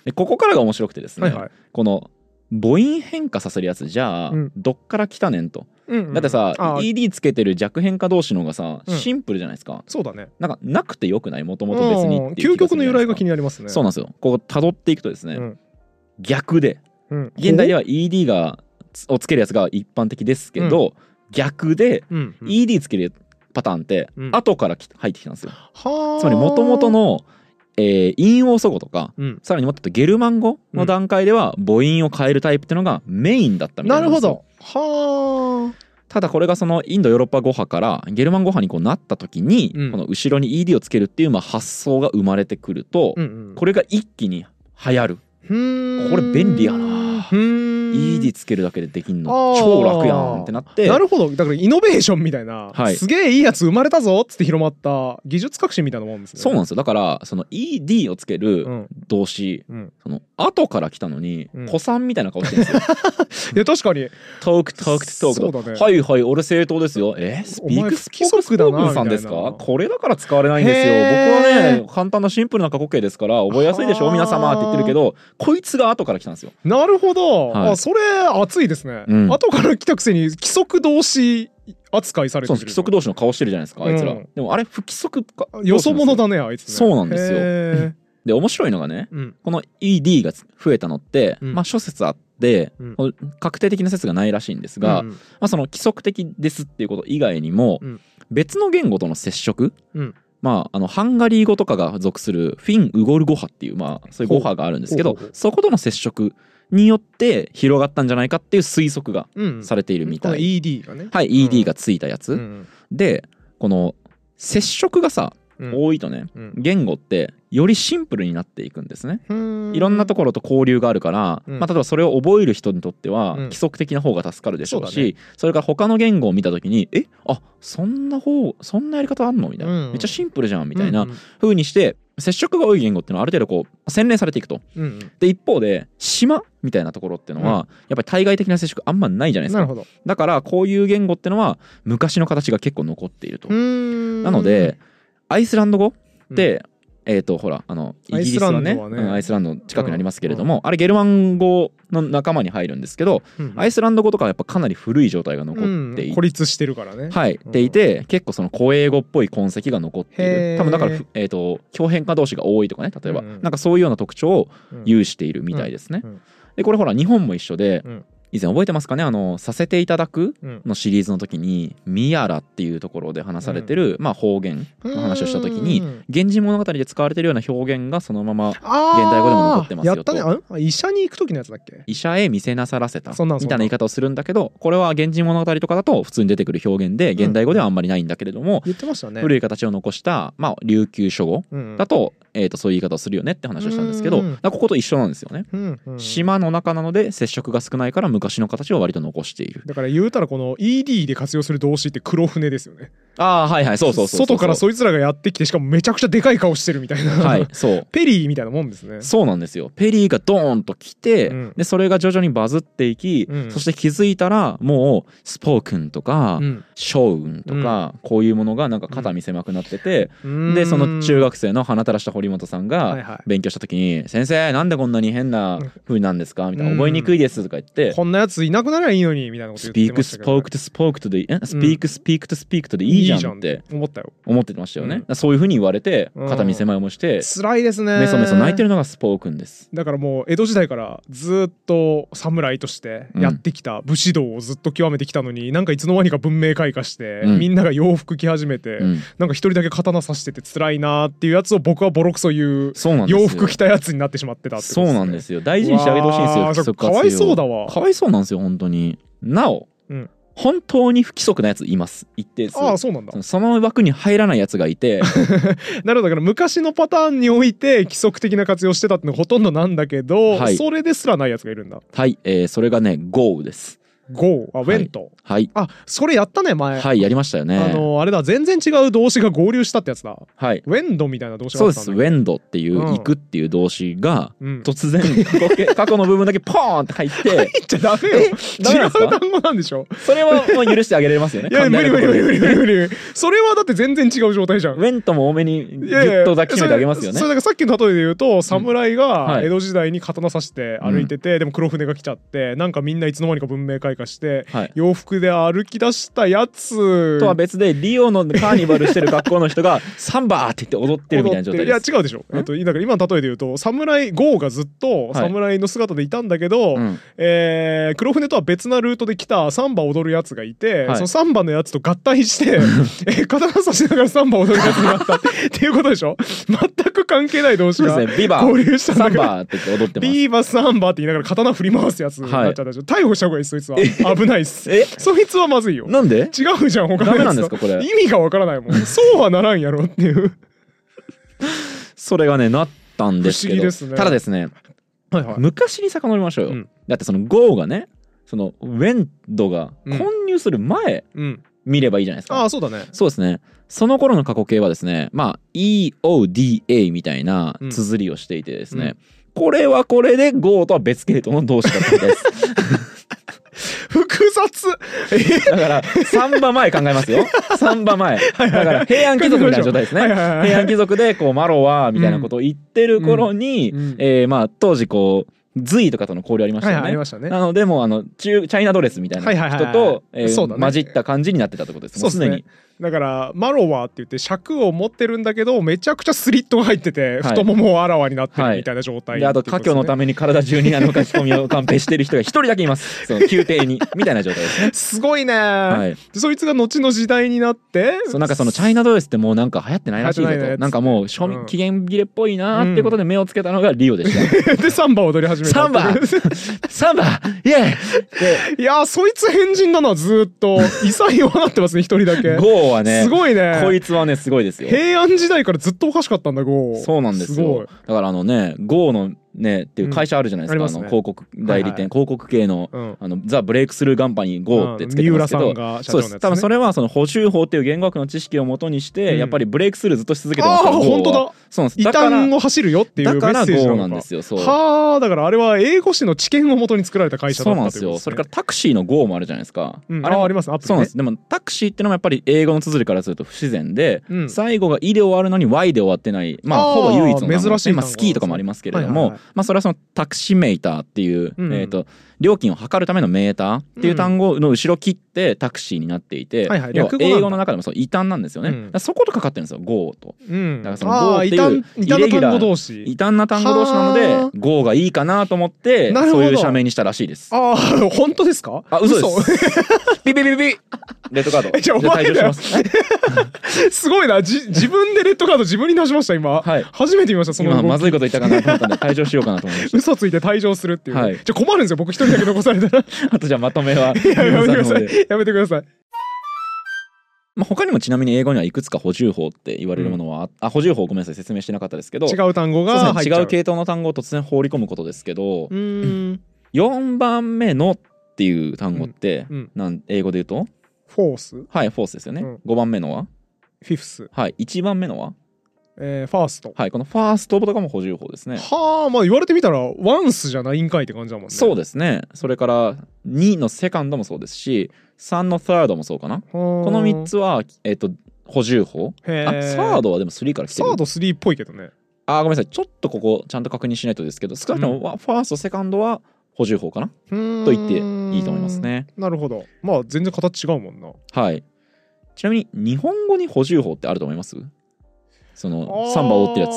Speaker 1: でここからが面白くてですね、
Speaker 2: はいはい
Speaker 1: この母音変化させるやつじゃあ、
Speaker 2: うん
Speaker 1: どっから来たねんと
Speaker 2: うんうん
Speaker 1: だってさ、
Speaker 2: あ
Speaker 1: ED つけてる弱変化同士の方がさ
Speaker 2: うん
Speaker 1: シンプルじゃないですか、
Speaker 2: そうだね
Speaker 1: なんかなくてよくないもともと別に
Speaker 2: うん
Speaker 1: っていう
Speaker 2: 究
Speaker 1: 気す
Speaker 2: 極
Speaker 1: る
Speaker 2: の
Speaker 1: じゃないです
Speaker 2: 由来
Speaker 1: か
Speaker 2: が気になりますね
Speaker 1: そうなんですよこう辿っていくとですね、
Speaker 2: うん
Speaker 1: 逆で
Speaker 2: うん
Speaker 1: 現代では ED がつをつけるやつが一般的ですけど、逆で
Speaker 2: うんうん
Speaker 1: ED つけるパターンって
Speaker 2: うん
Speaker 1: 後からき入ってきたんですよ、
Speaker 2: はあ
Speaker 1: つまり元々の、えー陰陽祖語とか
Speaker 2: うん
Speaker 1: さらにもっと言うとゲルマン語の段階では母音を変えるタイプっていうのがメインだったみた
Speaker 2: ない
Speaker 1: な
Speaker 2: る
Speaker 1: んで
Speaker 2: ほ
Speaker 1: すよ
Speaker 2: どはあ
Speaker 1: ただこれがそのインドヨーロッパ語派からゲルマン語派にこうなった時に、
Speaker 2: うん
Speaker 1: この後ろに ED をつけるっていうまあ発想が生まれてくると、
Speaker 2: うんうん
Speaker 1: これが一気に流行る、
Speaker 2: ふーん
Speaker 1: これ便利やな
Speaker 2: ふーん
Speaker 1: ED つけるだけでできんの
Speaker 2: あー
Speaker 1: 超楽やんってなって
Speaker 2: なるほどだからイノベーションみたいな、
Speaker 1: はい
Speaker 2: すげえいいやつ生まれたぞっつって広まった技術革新みたいなもんですね
Speaker 1: そうなんですよだからその ED をつける
Speaker 2: うん
Speaker 1: 動詞、
Speaker 2: うん
Speaker 1: その後から来たのに、
Speaker 2: うん
Speaker 1: 子さんみたいな顔してるんですよ
Speaker 2: いや確かに
Speaker 1: トークトークトーク
Speaker 2: そう
Speaker 1: と、
Speaker 2: だね
Speaker 1: はいはい俺正当ですよえスピー
Speaker 2: お前
Speaker 1: ク
Speaker 2: 不
Speaker 1: ス
Speaker 2: 規
Speaker 1: ピークス
Speaker 2: 則
Speaker 1: ポ
Speaker 2: だな
Speaker 1: ークさんです
Speaker 2: みた
Speaker 1: か
Speaker 2: いな
Speaker 1: これだから使われないんですよ僕
Speaker 2: へー
Speaker 1: はね簡単なシンプルな過去形ですから覚えやすいでしょ
Speaker 2: あー
Speaker 1: 皆様って言ってるけどこいつが後から来たんですよ
Speaker 2: なるほど、
Speaker 1: はい
Speaker 2: あそれ熱いですね、
Speaker 1: うん
Speaker 2: 後から来たくせに規則同士扱いされて
Speaker 1: その
Speaker 2: る
Speaker 1: 不規則同士の顔してるじゃないですかあいつら、
Speaker 2: うん
Speaker 1: でもあれ不規則か
Speaker 2: よそ者
Speaker 1: だ
Speaker 2: だねあいつね
Speaker 1: そうなんですよ
Speaker 2: へ
Speaker 1: で面白いのがね
Speaker 2: ーうん
Speaker 1: この ED が増えたのって、
Speaker 2: うん
Speaker 1: まあ諸説あって、
Speaker 2: うん
Speaker 1: この確定的な説がないらしいんですが、
Speaker 2: うん
Speaker 1: まあ、その規則的ですっていうこと以外にも、
Speaker 2: うん
Speaker 1: 別の言語との接触、
Speaker 2: うん
Speaker 1: まあ、あのハンガリー語とかが属するフィン・ウゴル語派っていう、まあ、そういう語派があるんですけど
Speaker 2: ほうほうほう
Speaker 1: そことの接触によって広がったんじゃないかっていう推測が
Speaker 2: うん
Speaker 1: されているみた
Speaker 2: この
Speaker 1: い、
Speaker 2: ED がね
Speaker 1: はい ED がついたやつ、
Speaker 2: うん
Speaker 1: でこの接触がさ、
Speaker 2: うん
Speaker 1: 多いとね
Speaker 2: うん
Speaker 1: 言語ってよりシンプルになっていくんですね。
Speaker 2: うん
Speaker 1: いろんなところと交流があるから、
Speaker 2: うん
Speaker 1: まあ、例えばそれを覚える人にとっては
Speaker 2: うん
Speaker 1: 規則的な方が助かるでしょうし、
Speaker 2: そうだ
Speaker 1: それから他の言語を見た時にえあそんな方そんなやり方あんのみたいな、
Speaker 2: うんうん
Speaker 1: めっちゃシンプルじゃんみたいな
Speaker 2: うん
Speaker 1: 風にして接触が多い言語っていうのはある程度こう洗練されていくと
Speaker 2: うんうん
Speaker 1: で一方で島みたいなところっていうのは、やっぱり対外的な接触あんまないじゃないです
Speaker 2: なる
Speaker 1: か
Speaker 2: ほど
Speaker 1: だからこういう言語っていうのは昔の形が結構残っていると、な
Speaker 2: な
Speaker 1: のでアイスランド語って、えっ、とほらあのイギリスはね
Speaker 2: ア
Speaker 1: アイ
Speaker 2: イスランドはね
Speaker 1: うん、アイスランドの近くにありますけれども、あれゲルマン語の仲間に入るんですけど、アイスランド語とかはやっぱかなり古い状態が残っていて、
Speaker 2: 孤立してるからね
Speaker 1: はい
Speaker 2: うん
Speaker 1: っていて結構その古英語っぽい痕跡が残ってい
Speaker 2: へ
Speaker 1: る
Speaker 2: ー
Speaker 1: 多分だから、ふえー、と強変化同士が多いとかね例えば、
Speaker 2: うんうん
Speaker 1: なんかそういうような特徴を
Speaker 2: うん
Speaker 1: 有しているみたいですね。
Speaker 2: うんうん
Speaker 1: でこれほら日本も一緒で、
Speaker 2: うん
Speaker 1: 以前覚えてますかねあの「させていただく」
Speaker 2: うん
Speaker 1: のシリーズの時に「ミヤラ」っていうところで話されてる、まあ、方言の話をした時に
Speaker 2: うん
Speaker 1: 「源氏物語」で使われてるような表現がそのまま
Speaker 2: あー
Speaker 1: 現代語でも残ってますよ
Speaker 2: やったねあん医者に行く時のやつだっけ
Speaker 1: 医者へ見せなさらせたみた
Speaker 2: そ
Speaker 1: い
Speaker 2: んな
Speaker 1: なん
Speaker 2: そんな
Speaker 1: 言い方をするんだけどこれは「源氏物語」とかだと普通に出てくる表現で現代語ではあんまりないんだけれども、
Speaker 2: 言ってましたね
Speaker 1: 古い形を残した、まあ、琉球書語
Speaker 2: うん
Speaker 1: だと,、えーとそういう言い方をするよねって話をしたんですけど、
Speaker 2: うん
Speaker 1: だからここと一緒なんですよね。
Speaker 2: うんうん
Speaker 1: 島の中なので接触が少ないから昔の形を割と残している。
Speaker 2: だから言うたらこの ED で活用する動詞って黒船ですよね
Speaker 1: ああはいはいそうそうそうそう
Speaker 2: 外からそいつらがやってきてしかもめちゃくちゃでかい顔してるみたいな、
Speaker 1: はい、そう。
Speaker 2: ペリーみたいなもんですね
Speaker 1: そうなんですよ。ペリーがドーンと来て、
Speaker 2: うん
Speaker 1: でそれが徐々にバズっていき、
Speaker 2: うん
Speaker 1: そして気づいたらもうスポークンとか、
Speaker 2: ん
Speaker 1: ショウンとか、こういうものがなんか肩身狭くなってて、
Speaker 2: うん
Speaker 1: でその中学生の花垂らした堀本さん
Speaker 2: はい
Speaker 1: が
Speaker 2: は
Speaker 1: 勉強した時に「先生なんでこんなに変な風なんですか?」みたいな「
Speaker 2: うん
Speaker 1: 覚えにくいです」とか言って
Speaker 2: いこんなやついなくなりゃいいのにみたいな
Speaker 1: 「
Speaker 2: こと
Speaker 1: ス
Speaker 2: 言
Speaker 1: ピ
Speaker 2: っ
Speaker 1: ー
Speaker 2: てま
Speaker 1: ク
Speaker 2: した
Speaker 1: ス
Speaker 2: け
Speaker 1: ポ
Speaker 2: ど
Speaker 1: ー
Speaker 2: ね
Speaker 1: クとスポークとでえスピークスピークとスピークとでいいじゃん」って
Speaker 2: 思ったよ
Speaker 1: 思ってましたよね。だからそういう風に言われて
Speaker 2: うん
Speaker 1: 肩身狭い思いして
Speaker 2: 辛いですね
Speaker 1: メソメソ泣いてるのがスポークンです。
Speaker 2: だからもう江戸時代からずっと侍としてやってきた武士道をずっと極めてきたのに、なんかいつの間にか文明開化して、
Speaker 1: うん
Speaker 2: みんなが洋服着始めて、
Speaker 1: うん、
Speaker 2: なんか一人だけ刀刺してて辛いなーっていうやつを僕はボロクソ言う
Speaker 1: そうなんですよ
Speaker 2: 洋服着たやつになってしまってたってこと
Speaker 1: そうなんですすよ大事にしてあげてほしいんですよ
Speaker 2: うわー
Speaker 1: 不規則
Speaker 2: かわいそうだわ
Speaker 1: かわいそうなんですよ本当になお、
Speaker 2: うん
Speaker 1: 本当に不規則なやついます一定数
Speaker 2: ねああそうなんだ
Speaker 1: そのその枠に入らないやつがい て
Speaker 2: なるほどだから昔のパターンにおいて規則的な活用してたってのがほとんどなんだけど、
Speaker 1: はい
Speaker 2: それですらないやつがいるんだ
Speaker 1: はい、えーそれがね豪雨です
Speaker 2: go あ went、
Speaker 1: はい
Speaker 2: あそれやったね前、
Speaker 1: はいやりましたよね
Speaker 2: あのあれだ全然違う動詞が合流したってやつだ
Speaker 1: はい
Speaker 2: went みたいな動詞が
Speaker 1: そ
Speaker 2: あ
Speaker 1: うで
Speaker 2: ったんだ
Speaker 1: す「when ド」っていううん「行く」っていう動詞が
Speaker 2: うん
Speaker 1: 突然過去 形過去の部分だけポーンって入って
Speaker 2: 入っちゃ ダメよ
Speaker 1: えダメ
Speaker 2: 違
Speaker 1: なんです
Speaker 2: う
Speaker 1: か
Speaker 2: 単語なんでしょ
Speaker 1: それはもう許してあげられますよね
Speaker 2: いや無理無理無理無理無
Speaker 1: 理
Speaker 2: 理無理それはだって全然違う状態じ ゃん
Speaker 1: when とも多めにギ
Speaker 2: いやいや
Speaker 1: ュッと抱きしめてあげますよね
Speaker 2: それそれだからさっきの例えで言うと侍が
Speaker 1: はい
Speaker 2: 江戸時代に刀刺して歩いてて、でも黒船が来ちゃってなんかみんないつの間にか文明開化して、
Speaker 1: はい
Speaker 2: 洋服で歩き出したやつ
Speaker 1: とは別でリオのカーニバルしてる学校の人が「 サンバー!」って言って踊ってるみたいな状態
Speaker 2: いや
Speaker 1: です。
Speaker 2: 違うでしょ、えっと、だから今の例えで言うと侍ゴーがずっと侍の姿でいたんだけど、
Speaker 1: うん
Speaker 2: えー黒船とは別なルートで来たサンバ踊るやつがいて、
Speaker 1: はい
Speaker 2: そのサンバのやつと合体 して、えー刀差しながらサンバ踊るやつになったっていうことでしょ全く関係ない動詞
Speaker 1: そうです
Speaker 2: が
Speaker 1: ねビバ
Speaker 2: 交流したん
Speaker 1: サ
Speaker 2: だ
Speaker 1: ン
Speaker 2: けど
Speaker 1: バーって言って踊ってます。
Speaker 2: ビーバーサンバーって言いながら刀振り回すやつになっちゃったでしょ、逮捕した方がいいそいつは危ないっす
Speaker 1: え
Speaker 2: そいつはまずいよ
Speaker 1: なんで
Speaker 2: 違うじゃん他
Speaker 1: ダメ
Speaker 2: の
Speaker 1: な
Speaker 2: や
Speaker 1: ん
Speaker 2: つ
Speaker 1: です
Speaker 2: と
Speaker 1: かこれ
Speaker 2: 意味がわからないもんそうはならんやろっていう
Speaker 1: それがねなったんですけ
Speaker 2: 不思議
Speaker 1: ど
Speaker 2: ですね
Speaker 1: ただですね
Speaker 2: はいはい
Speaker 1: 昔に遡りましょうよ、
Speaker 2: うん
Speaker 1: だってその GO がねその WEND が
Speaker 2: うん
Speaker 1: 混入する前
Speaker 2: うん
Speaker 1: 見ればいいじゃないですか、
Speaker 2: ああそうだね
Speaker 1: そうですねその頃の過去形はですねまあ EODA みたいな
Speaker 2: うん
Speaker 1: 綴りをしていてです
Speaker 2: う
Speaker 1: ね、これはこれで GO とは別系統の動詞だったんです
Speaker 2: 複雑
Speaker 1: だからサンバ前考えますよサンバ前だから 平安貴族みたいな状態ですね
Speaker 2: はい はいはい
Speaker 1: 平安貴族でこうマロはみたいなことを言ってる頃に、
Speaker 2: うんうん
Speaker 1: えーまあ当時こう隋とかとの交流ありまし
Speaker 2: は
Speaker 1: た
Speaker 2: い
Speaker 1: よ
Speaker 2: はいあり
Speaker 1: ね
Speaker 2: ましたね
Speaker 1: なのでもうあの中チャイナドレスみたい
Speaker 2: はいはい
Speaker 1: な
Speaker 2: はい
Speaker 1: 人
Speaker 2: はい
Speaker 1: とえ
Speaker 2: そうだ
Speaker 1: ー
Speaker 2: ね
Speaker 1: 混じった感じになってたってことですもうす
Speaker 2: そうっ
Speaker 1: です
Speaker 2: ね
Speaker 1: に
Speaker 2: だからマロワって言って尺を持ってるんだけどめちゃくちゃスリットが入ってて
Speaker 1: い
Speaker 2: 太ももをあらわになって
Speaker 1: はい
Speaker 2: るみたいな状態
Speaker 1: であと家境のた
Speaker 2: め
Speaker 1: めに体中にあの書き込みを完璧してる人が一人だけいますその宮廷 にみたいな状態ですね
Speaker 2: すごいね
Speaker 1: はい
Speaker 2: でそいつが後の時代になって
Speaker 1: そうなんかそのチャイナドレスってもうなんか流行ってないらしいぞ
Speaker 2: 流行ってない
Speaker 1: と
Speaker 2: やつ
Speaker 1: なんかもう賞
Speaker 2: うん
Speaker 1: 味期限切れっぽいなーってことで目をつけたのがリオでし
Speaker 2: でサンバを踊り始めた
Speaker 1: サンバたサンバイエ
Speaker 2: いやーそいつ変人だなずーっと異彩を放ってますね一人だけ
Speaker 1: ーゴーはね
Speaker 2: すごいね
Speaker 1: こいつはねすごいですよ
Speaker 2: 平安時代からずっとおかしかったんだゴー
Speaker 1: そうなんです
Speaker 2: ごい
Speaker 1: よ。だからあのね、GO のねっていう会社あるじゃないですか。
Speaker 2: うんあ
Speaker 1: あ
Speaker 2: りますね
Speaker 1: の広告代理
Speaker 2: はいは
Speaker 1: 店、広告系の
Speaker 2: うん
Speaker 1: あのザブレイクスルーガンパニー GO ってつけてますけ
Speaker 2: あの三
Speaker 1: ど
Speaker 2: 浦。さんが社
Speaker 1: そ
Speaker 2: 長
Speaker 1: うで
Speaker 2: のやつ、ね
Speaker 1: す。、多分それはその補修法っていう言語学の知識をもとにして、
Speaker 2: うん
Speaker 1: やっぱりブレイクスルーずっとし続けてますから
Speaker 2: あー
Speaker 1: Go は
Speaker 2: 本当だ
Speaker 1: そうなんです。
Speaker 2: 異
Speaker 1: だから
Speaker 2: 端を走るよっていう
Speaker 1: だ
Speaker 2: メ
Speaker 1: か
Speaker 2: ッ
Speaker 1: ら
Speaker 2: セージな
Speaker 1: GO
Speaker 2: の
Speaker 1: な
Speaker 2: か
Speaker 1: んですよ。そう。
Speaker 2: はあだからあれは英語詞の知見をもとに作られた会社
Speaker 1: そ
Speaker 2: だっ
Speaker 1: うなん
Speaker 2: た
Speaker 1: で
Speaker 2: とい
Speaker 1: す
Speaker 2: うこと
Speaker 1: よ。
Speaker 2: です
Speaker 1: そ
Speaker 2: ね
Speaker 1: れからタクシーの GO もあるじゃないですか。
Speaker 2: うん
Speaker 1: も
Speaker 2: あありますねアプリね
Speaker 1: そうなんです。でもタクシーってのもやっぱり英語の綴りからすると不自然で、
Speaker 2: うん
Speaker 1: 最後が「い」で終わるのに「y」で終わってないまあ
Speaker 2: あー
Speaker 1: ほぼ唯一の単語ですね
Speaker 2: 珍しい単語
Speaker 1: まあ、スキーとかもありますけれども、
Speaker 2: はいはいはい
Speaker 1: まあ、それはそのタクシメーターっていう、
Speaker 2: うん
Speaker 1: えー、と料金を測るためのメーターっていう単語の後ろ切ってタクシーになっていて、
Speaker 2: はいはい
Speaker 1: 要は
Speaker 2: 略語なんだ
Speaker 1: 英語の中でもそう異端なんですよね。
Speaker 2: うん
Speaker 1: だからそことかかってるんですよ「GO」と。
Speaker 2: うん、
Speaker 1: だからその
Speaker 2: ああ
Speaker 1: Go
Speaker 2: 異
Speaker 1: っていう
Speaker 2: 端異端の
Speaker 1: イレギュラ
Speaker 2: 単
Speaker 1: ー
Speaker 2: 語同
Speaker 1: 異
Speaker 2: 士
Speaker 1: 端な単語同士なので
Speaker 2: は
Speaker 1: 「GO」がいいかなと思って
Speaker 2: なるほ
Speaker 1: そ
Speaker 2: ど
Speaker 1: ういう社名にしたらしいです。
Speaker 2: ああ本当ですか
Speaker 1: あ嘘ですビビビビビレッドカード
Speaker 2: じゃあお
Speaker 1: で
Speaker 2: 前だ
Speaker 1: 退
Speaker 2: よ
Speaker 1: 場します。
Speaker 2: 嘘すごいなじ自分でレッドカード自分に出しました今、
Speaker 1: はい
Speaker 2: 初めて見ましたその
Speaker 1: 今
Speaker 2: 動き
Speaker 1: まずいこと言ったかなと思ったんで退場しようかなと思い まし
Speaker 2: 嘘ついて退場するっていう、
Speaker 1: はい
Speaker 2: じゃあ困るんですよ僕一人だけ残され たら
Speaker 1: た。あとじゃあまとめは
Speaker 2: やめてく
Speaker 1: 皆さ
Speaker 2: ださ
Speaker 1: んの方で
Speaker 2: いやめてください
Speaker 1: まあ、他にもちなみに英語にはいくつか補充法って言われるものは、あ補充法ごめんなさい説明してなかったですけど
Speaker 2: 違う単語
Speaker 1: そう
Speaker 2: が
Speaker 1: で
Speaker 2: 入っ
Speaker 1: す
Speaker 2: ち
Speaker 1: ね
Speaker 2: ゃう
Speaker 1: 違う系統の単語を突然放り込むことですけど、
Speaker 2: うーん
Speaker 1: 4番目のっていう単語って、
Speaker 2: うんうん
Speaker 1: なん英語で言うと
Speaker 2: フォースフ
Speaker 1: はいフォースですよね、
Speaker 2: うん
Speaker 1: 5番目のは
Speaker 2: ィフス、
Speaker 1: はい1番目のは
Speaker 2: えー、ファースト
Speaker 1: はいこのファーストとかも補充法ですね
Speaker 2: はあまあ言われてみたらワンスじゃないんかいって感じだもんね
Speaker 1: そうですねそれから2のセカンドもそうですし3のサードもそうかな
Speaker 2: こ
Speaker 1: この3つはえっ、と補充法あ
Speaker 2: へ
Speaker 1: サー
Speaker 2: ド
Speaker 1: ドはでも3から来て
Speaker 2: サ
Speaker 1: る
Speaker 2: ード3っぽいけどね
Speaker 1: あーごめんなさいちょっとここちゃんと確認しないとですけど少なくともわファーストセカンドは補充法かな
Speaker 2: と
Speaker 1: と言っていいと思いますね
Speaker 2: なるほどまあ全然形違うもんな
Speaker 1: はいちなみに日本語に補充法ってあると思いますそのサンバ踊ってるやつ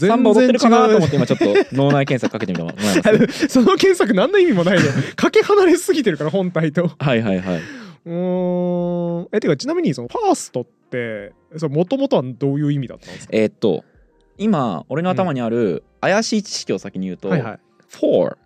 Speaker 2: つ
Speaker 1: サンバ踊ってるかなと思ってて今ちょっと脳内検索かけてみたもら います
Speaker 2: その検索何の 意味もないでかけ離れすぎてるから本体と
Speaker 1: はいはいはいう
Speaker 2: ーんえてかちなみにそのファーストってもともとはどういう意味だったんですか
Speaker 1: えーっと今俺の頭にある怪しい知識を先に言うと、
Speaker 2: はいはい
Speaker 1: for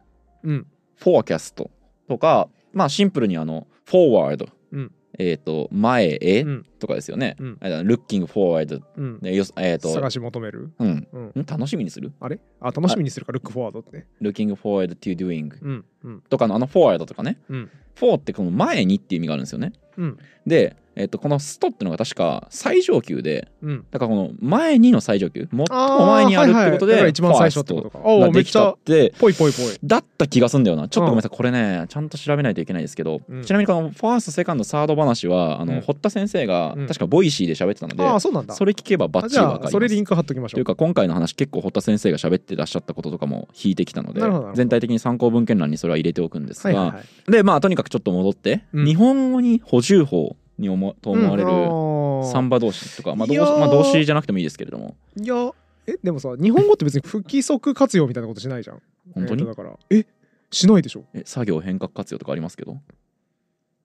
Speaker 2: うん
Speaker 1: フォーキャストとかまあシンプルにあのフォーワード
Speaker 2: うん
Speaker 1: えっ、と前へ
Speaker 2: うん
Speaker 1: とかですよね。
Speaker 2: うん
Speaker 1: あれだ looking forward
Speaker 2: うん
Speaker 1: でよえっ、
Speaker 2: 探
Speaker 1: と、
Speaker 2: し求める
Speaker 1: うん、
Speaker 2: うん
Speaker 1: ん楽しみにする
Speaker 2: あれあ楽しみにするかルックフォワードってね
Speaker 1: looking forward to doing
Speaker 2: うんうん
Speaker 1: とかのあの forward とかね。
Speaker 2: うん
Speaker 1: for ってこの前にっていう意味があるんですよね。
Speaker 2: うん
Speaker 1: で、えっ、とこの st ってのが確か最上級で、
Speaker 2: うん
Speaker 1: だからこの前にの最上級、最も
Speaker 2: あー
Speaker 1: 前にあるっ
Speaker 2: は
Speaker 1: て
Speaker 2: いは
Speaker 1: こ
Speaker 2: い
Speaker 1: とで、
Speaker 2: だから一番最初ってことか
Speaker 1: first
Speaker 2: お
Speaker 1: が
Speaker 2: おめ
Speaker 1: で
Speaker 2: っ
Speaker 1: き
Speaker 2: ち
Speaker 1: た
Speaker 2: ゃ
Speaker 1: って。
Speaker 2: ぽいぽいぽい
Speaker 1: だった気がすんだよなちょっとごめんなさい、これねちゃんと調べないといけないですけど、
Speaker 2: うん
Speaker 1: ちなみにこのファーストセカンドサード話はあの、
Speaker 2: うん
Speaker 1: 堀田先生が
Speaker 2: うん
Speaker 1: 確かボイシーで喋ってたので、
Speaker 2: ああそうなんだ
Speaker 1: それ聞けばバッ
Speaker 2: あ
Speaker 1: チ
Speaker 2: じ
Speaker 1: リわか
Speaker 2: ゃ
Speaker 1: り
Speaker 2: あ
Speaker 1: ます
Speaker 2: それリンク貼っときまし
Speaker 1: と
Speaker 2: ょ
Speaker 1: いううか今回の話結構堀田先生が喋ってらっしゃったこととかも引いてきたので
Speaker 2: なるほどなるほど
Speaker 1: 全体的に参考文献欄にそれは入れておくんですが、
Speaker 2: はいはいはい
Speaker 1: でまあとにかくちょっと戻って、
Speaker 2: うん
Speaker 1: 日本語に補充法に思と思われるサンバ
Speaker 2: 番
Speaker 1: 動詞とか、まあ
Speaker 2: い
Speaker 1: 動
Speaker 2: やー
Speaker 1: まあ、動詞じゃなくてもいいですけれども
Speaker 2: いやえでもさ日本語って別に不規則活用みたいなことしないじゃん
Speaker 1: 本当に
Speaker 2: えーとだからえしないでしょ
Speaker 1: え作業変革活用とかありますけど
Speaker 2: い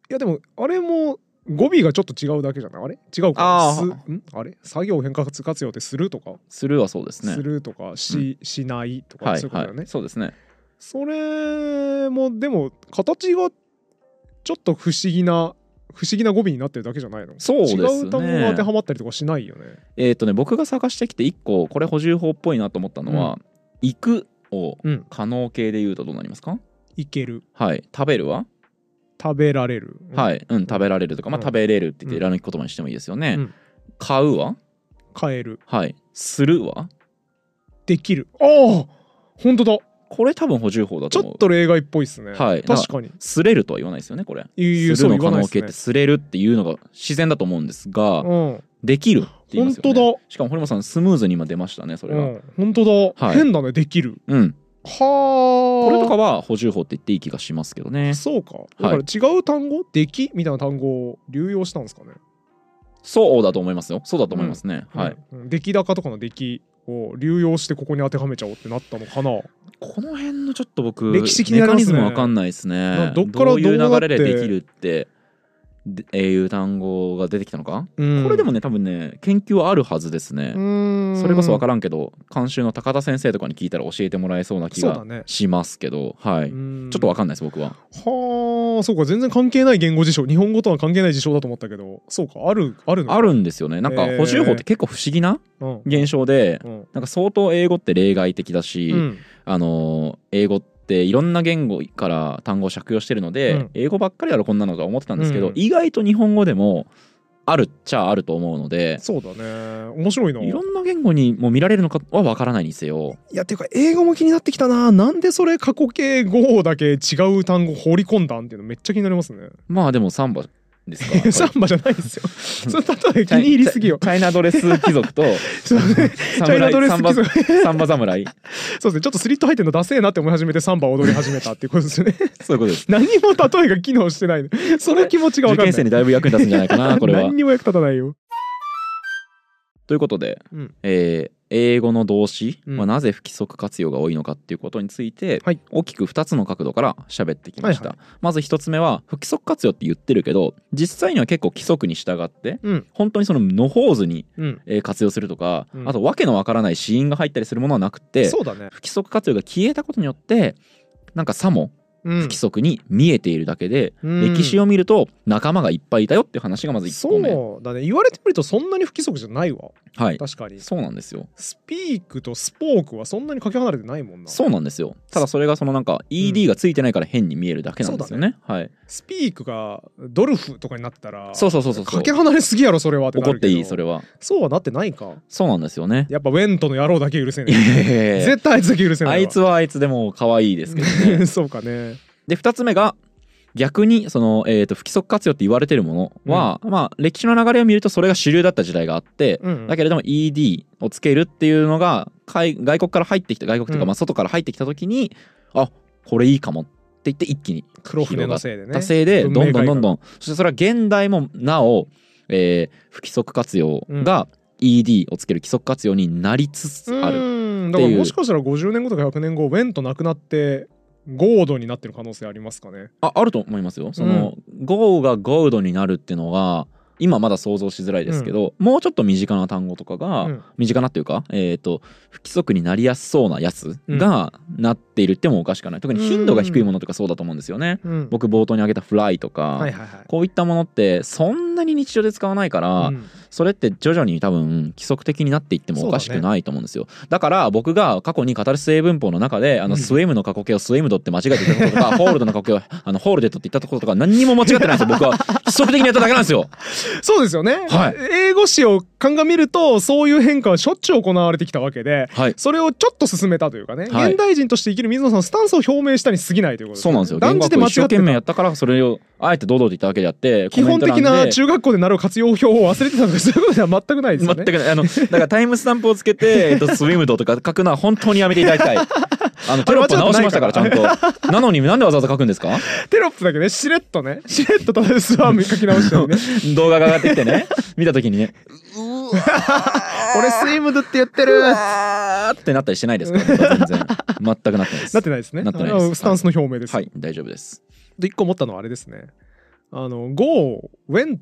Speaker 2: やでもあれも語尾がちょっと違うだけじゃないあれ違うか
Speaker 1: あー
Speaker 2: すんあれ作業変革活用ってするとか
Speaker 1: するはそうですね
Speaker 2: するとかし,、しないとか
Speaker 1: はい
Speaker 2: そういうことだよね、
Speaker 1: はいそうですね
Speaker 2: それもでも形がちょっと不思議な不思議な語尾になってるだけじゃないの
Speaker 1: そうですね
Speaker 2: 違う単語が当てはまったりとかしないよね
Speaker 1: えっ、とね僕が探してきて一個これ補充法っぽいなと思ったのは「行く」を
Speaker 2: うん
Speaker 1: 可能形で言うとどうなりますか
Speaker 2: いける
Speaker 1: はい「食べるは」
Speaker 2: 食べられる、
Speaker 1: はい、うん、食べられるとか、まあ、
Speaker 2: うん
Speaker 1: 食べれるって言って
Speaker 2: うん
Speaker 1: ら抜き言葉にしてもいいですよね。
Speaker 2: うん
Speaker 1: 買うは
Speaker 2: 変える
Speaker 1: はい。するは
Speaker 2: できるああ本当だ
Speaker 1: これ多分補充法だ
Speaker 2: ち
Speaker 1: と
Speaker 2: ょ
Speaker 1: 思
Speaker 2: っ
Speaker 1: う。
Speaker 2: と例外っぽいですね、
Speaker 1: はい
Speaker 2: 確かに
Speaker 1: すれるとは言わないですよね、これ。
Speaker 2: 言う言う
Speaker 1: す
Speaker 2: そ
Speaker 1: るの
Speaker 2: う言
Speaker 1: 可
Speaker 2: わない
Speaker 1: 能
Speaker 2: です
Speaker 1: 形っ
Speaker 2: ね
Speaker 1: てすれるっていうのが自然だと思うんですが、
Speaker 2: うん
Speaker 1: できるって言いますよね。
Speaker 2: 本当だ
Speaker 1: しかも堀本さんスムーズに今出ましたね、それ
Speaker 2: う
Speaker 1: が。
Speaker 2: ん本当だ、
Speaker 1: はい
Speaker 2: 変だねできる
Speaker 1: うん。
Speaker 2: はあ
Speaker 1: こ
Speaker 2: こ
Speaker 1: れとかは補充法って言っていい気がしますけどね。
Speaker 2: そうかだから違う単語、できみたいな単語を流用したんですかね
Speaker 1: そうだと思いますよ。そうだと思いますね。はい。
Speaker 2: うんうん出来高とかの出来を流用してここに当てはめちゃおうってなったのかな、
Speaker 1: この辺のちょっと僕
Speaker 2: 歴史気に
Speaker 1: メカ
Speaker 2: なりま
Speaker 1: ニ
Speaker 2: す
Speaker 1: ズ
Speaker 2: ね
Speaker 1: ムわかんないですね
Speaker 2: などっから
Speaker 1: ういう
Speaker 2: どうなっ
Speaker 1: 流
Speaker 2: て
Speaker 1: れでできるってでえーいう単語が出てきたのか、これでもね多分ね研究はあるはずですね、そ
Speaker 2: そ
Speaker 1: れこそわ
Speaker 2: ら
Speaker 1: からんけど監修の高田先生とかに聞いたら教えてもらえそうな気
Speaker 2: そ
Speaker 1: が
Speaker 2: うだね
Speaker 1: しますけど、はい、ちょっ
Speaker 2: ょ
Speaker 1: とわ
Speaker 2: は
Speaker 1: かんないです僕は
Speaker 2: あそうか全然関係ない言語辞書日本語とは関係ない辞書だと思ったけどそうかあるあるの
Speaker 1: あるんですよねなんか
Speaker 2: へー
Speaker 1: 補充法って結構不思議な
Speaker 2: うん
Speaker 1: 現象で
Speaker 2: うん
Speaker 1: なんか相当英語って例外的だし、
Speaker 2: うん
Speaker 1: あのー英語っていろんな言語から単語を借用してるので、
Speaker 2: うん
Speaker 1: 英語ばっかりだろこんなのとは思ってたんですけど、
Speaker 2: うん
Speaker 1: 意外と日本語でもあるっちゃあると思うので、
Speaker 2: そうだね面白いない
Speaker 1: ろんな言語にも見られるのかはわからないにせよ
Speaker 2: いやっていうか英語も気になってきたななんでそれ過去形語だけ違う単語放り込んだんっていうのめっちゃ気になりま すね
Speaker 1: まあでもサンバですか
Speaker 2: サンバじゃないです よその例え気に入りすぎよ
Speaker 1: チャイナドレス貴族と
Speaker 2: そうね チャイナドレス
Speaker 1: サン
Speaker 2: 貴
Speaker 1: バ
Speaker 2: 族
Speaker 1: サンバ侍
Speaker 2: そうですねちょっとスリット入ってんのダセえなって思い始めてサンバ踊り始めたっていうことですよね
Speaker 1: そういうことです
Speaker 2: 何も例えが機能してないその気持ちが
Speaker 1: 受
Speaker 2: 分かんない
Speaker 1: 験生にだいぶ役に立つんじゃないかなこれは
Speaker 2: 何。にも役立たないよ
Speaker 1: ということで、
Speaker 2: うん
Speaker 1: えー英語の動詞
Speaker 2: うん
Speaker 1: はなぜ不規則活用が多いのかっていうことについて、
Speaker 2: はい
Speaker 1: 大きく2つの角度から喋ってきました、
Speaker 2: はい
Speaker 1: まず1つ目は不規則活用って言ってるけど実際には結構規則に従って
Speaker 2: うん
Speaker 1: 本当にその野放図に
Speaker 2: うん
Speaker 1: えー活用するとか、
Speaker 2: うん
Speaker 1: あと訳のわからない子音が入ったりするものはなくて
Speaker 2: そうだね
Speaker 1: 不規則活用が消えたことによってなんかさも
Speaker 2: うん
Speaker 1: 不規則に見えているだけで、歴史
Speaker 2: を
Speaker 1: を見ると仲間がいっぱいいたよっていう話がまず1個目
Speaker 2: そうだね言われてみるとそんなに不規則じゃないわ
Speaker 1: はい
Speaker 2: 確かに
Speaker 1: そうなんですよ
Speaker 2: スピークとスポークはそんなにかけ離れてないもんな
Speaker 1: そうなんですよただそれがそのなんか ED がついてないから変に見えるだけなんですよね、はい
Speaker 2: スピークがドルフとかになってたら
Speaker 1: そうそうそうそうそう
Speaker 2: かけ離れすぎやろそれはってな
Speaker 1: 怒
Speaker 2: る
Speaker 1: って
Speaker 2: けど
Speaker 1: いいそれは
Speaker 2: そうはなってないか
Speaker 1: そうなんですよね
Speaker 2: やっぱウェントの野郎だけ許せ
Speaker 1: い
Speaker 2: ね
Speaker 1: やいや
Speaker 2: え
Speaker 1: いやいや
Speaker 2: 絶対あいつだけ許せな
Speaker 1: あ
Speaker 2: い
Speaker 1: い
Speaker 2: わ
Speaker 1: つはあいつでもう可愛いですけど ね
Speaker 2: そうかね
Speaker 1: で2つ目が逆にその、えー、と不規則活用って言われてるものは、まあ歴史の流れを見るとそれが主流だった時代があって、
Speaker 2: うん
Speaker 1: だけれども ED をつけるっていうのが海外国から入ってきた外国というか、
Speaker 2: うん
Speaker 1: まあ外から入ってきた時にあこれいいかもって言って一気に
Speaker 2: 黒船のせいでね
Speaker 1: たせいで
Speaker 2: 文
Speaker 1: どん
Speaker 2: 明開
Speaker 1: ど
Speaker 2: 化
Speaker 1: んどんどんそしてそれは現代もなお、えー不規則活用が ED をつける規則活用になりつつあ
Speaker 2: う
Speaker 1: る、
Speaker 2: ーん
Speaker 1: って
Speaker 2: だ
Speaker 1: いう
Speaker 2: からもしかしたら50年後とか100年後ウェンとなくなってゴードになってる可能性ありますかね
Speaker 1: ああると思いますよその、ゴーがゴールドになるっていうのが今まだ想像しづらいですけど、もうちょっと身近な単語とかが、
Speaker 2: うん
Speaker 1: 身近なっていうか、えー、と不規則になりやすそうなやつがなっているってもおかしくない特に頻度が低いものとかそうだと思うんですよね。
Speaker 2: うん
Speaker 1: 僕冒頭に挙げたフライとか、
Speaker 2: はいはいはい
Speaker 1: こういったものってそんなに日常で使わないから、
Speaker 2: うん
Speaker 1: それって徐々に多分規則的になっていってもおかしくないと思うんですよだ,、から僕が過去にカタルス英文法の中であの
Speaker 2: うん
Speaker 1: スウェムの過去形をスウェムドって間違えてたことと か、ホールドの過去形をあのホールデットって言ったこととか何にも間違ってないんですよ僕 は規則的にやっただけなんですよ
Speaker 2: そうですよね、
Speaker 1: はい
Speaker 2: 英語史を鑑みるとそういう変化はしょっちゅう行われてきたわけで
Speaker 1: はい
Speaker 2: それをちょっと進めたというかね、
Speaker 1: はい
Speaker 2: 現代人として生きる水野さんのスタンスを表明したに過ぎないということ
Speaker 1: そうなんですよ
Speaker 2: 断
Speaker 1: 言
Speaker 2: じ
Speaker 1: 語学
Speaker 2: て間
Speaker 1: を
Speaker 2: 違っ
Speaker 1: 一生
Speaker 2: て
Speaker 1: 懸命や
Speaker 2: た
Speaker 1: ったからそれをあえて堂々と言ったわけであって
Speaker 2: 基本的
Speaker 1: コメント欄
Speaker 2: な
Speaker 1: で
Speaker 2: 中学校で習う活用表を忘れてたとかそういうことでは全くないですよね
Speaker 1: 全くないあのだからタイムスタンプをつけ て、えっと、スウィムドとか書くのは本当にやめていただきたいあのテロップ直しましたからちゃんとなのになんでわざわざ書くんです か
Speaker 2: テロップだけね しれっとねしれっとただスワーム書き直したりね
Speaker 1: 動画が上がってきてね見た時にね
Speaker 2: 俺スイムドって言ってる
Speaker 1: うわーってなったりしてないですから、ね、 全然全くなってないです
Speaker 2: なってないですね
Speaker 1: なってないです
Speaker 2: あのスタンスの表明です、
Speaker 1: はい大丈夫です
Speaker 2: で一個思ったのはあれですねあの Go went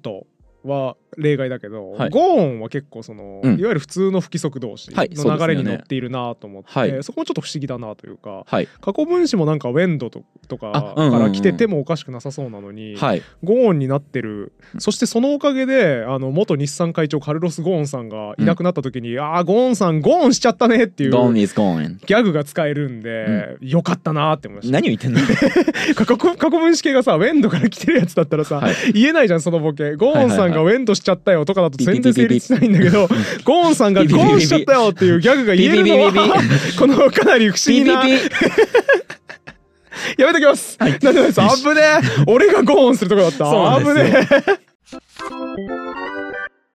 Speaker 2: は例外だけど、
Speaker 1: はい
Speaker 2: Go on は結構その、
Speaker 1: うん
Speaker 2: いわゆる普通の不規則動詞
Speaker 1: はいそう
Speaker 2: の
Speaker 1: です
Speaker 2: 流
Speaker 1: よね
Speaker 2: れに乗っているなと思って、
Speaker 1: はい
Speaker 2: そこもちょっと不思議だなというか
Speaker 1: はい
Speaker 2: 過去分詞もなんか went ととか
Speaker 1: あうんうん
Speaker 2: か
Speaker 1: うん
Speaker 2: ら来ててもおかしくなさそうなのに、
Speaker 1: はい
Speaker 2: ゴーンになってる、そしてそのおかげであの元日産会長カルロス・ゴーンさんがいなくなった時に「ああゴーンさんゴーンしちゃったね」っていう
Speaker 1: Gone is gone
Speaker 2: ギャグが使えるんで、よかったなーって思いました
Speaker 1: 何を 言ってんの
Speaker 2: 過去過去分詞系がさウェンドから来てるやつだったらさ、
Speaker 1: はい
Speaker 2: 言えないじゃんそのボケゴーンさんがウェンドしちゃったよとかだと全然成立しないんだけどゴーンさんがゴーンしちゃったよっていうギャグが言えるの
Speaker 1: ビビビビ
Speaker 2: はこのかなり不思
Speaker 1: ピー
Speaker 2: 議
Speaker 1: ピ
Speaker 2: な
Speaker 1: ーピー
Speaker 2: やめときます、なんでなんですあぶねえ俺がゴーンするとこだった
Speaker 1: そうな
Speaker 2: あ
Speaker 1: んで
Speaker 2: ぶ
Speaker 1: すよ
Speaker 2: ねえ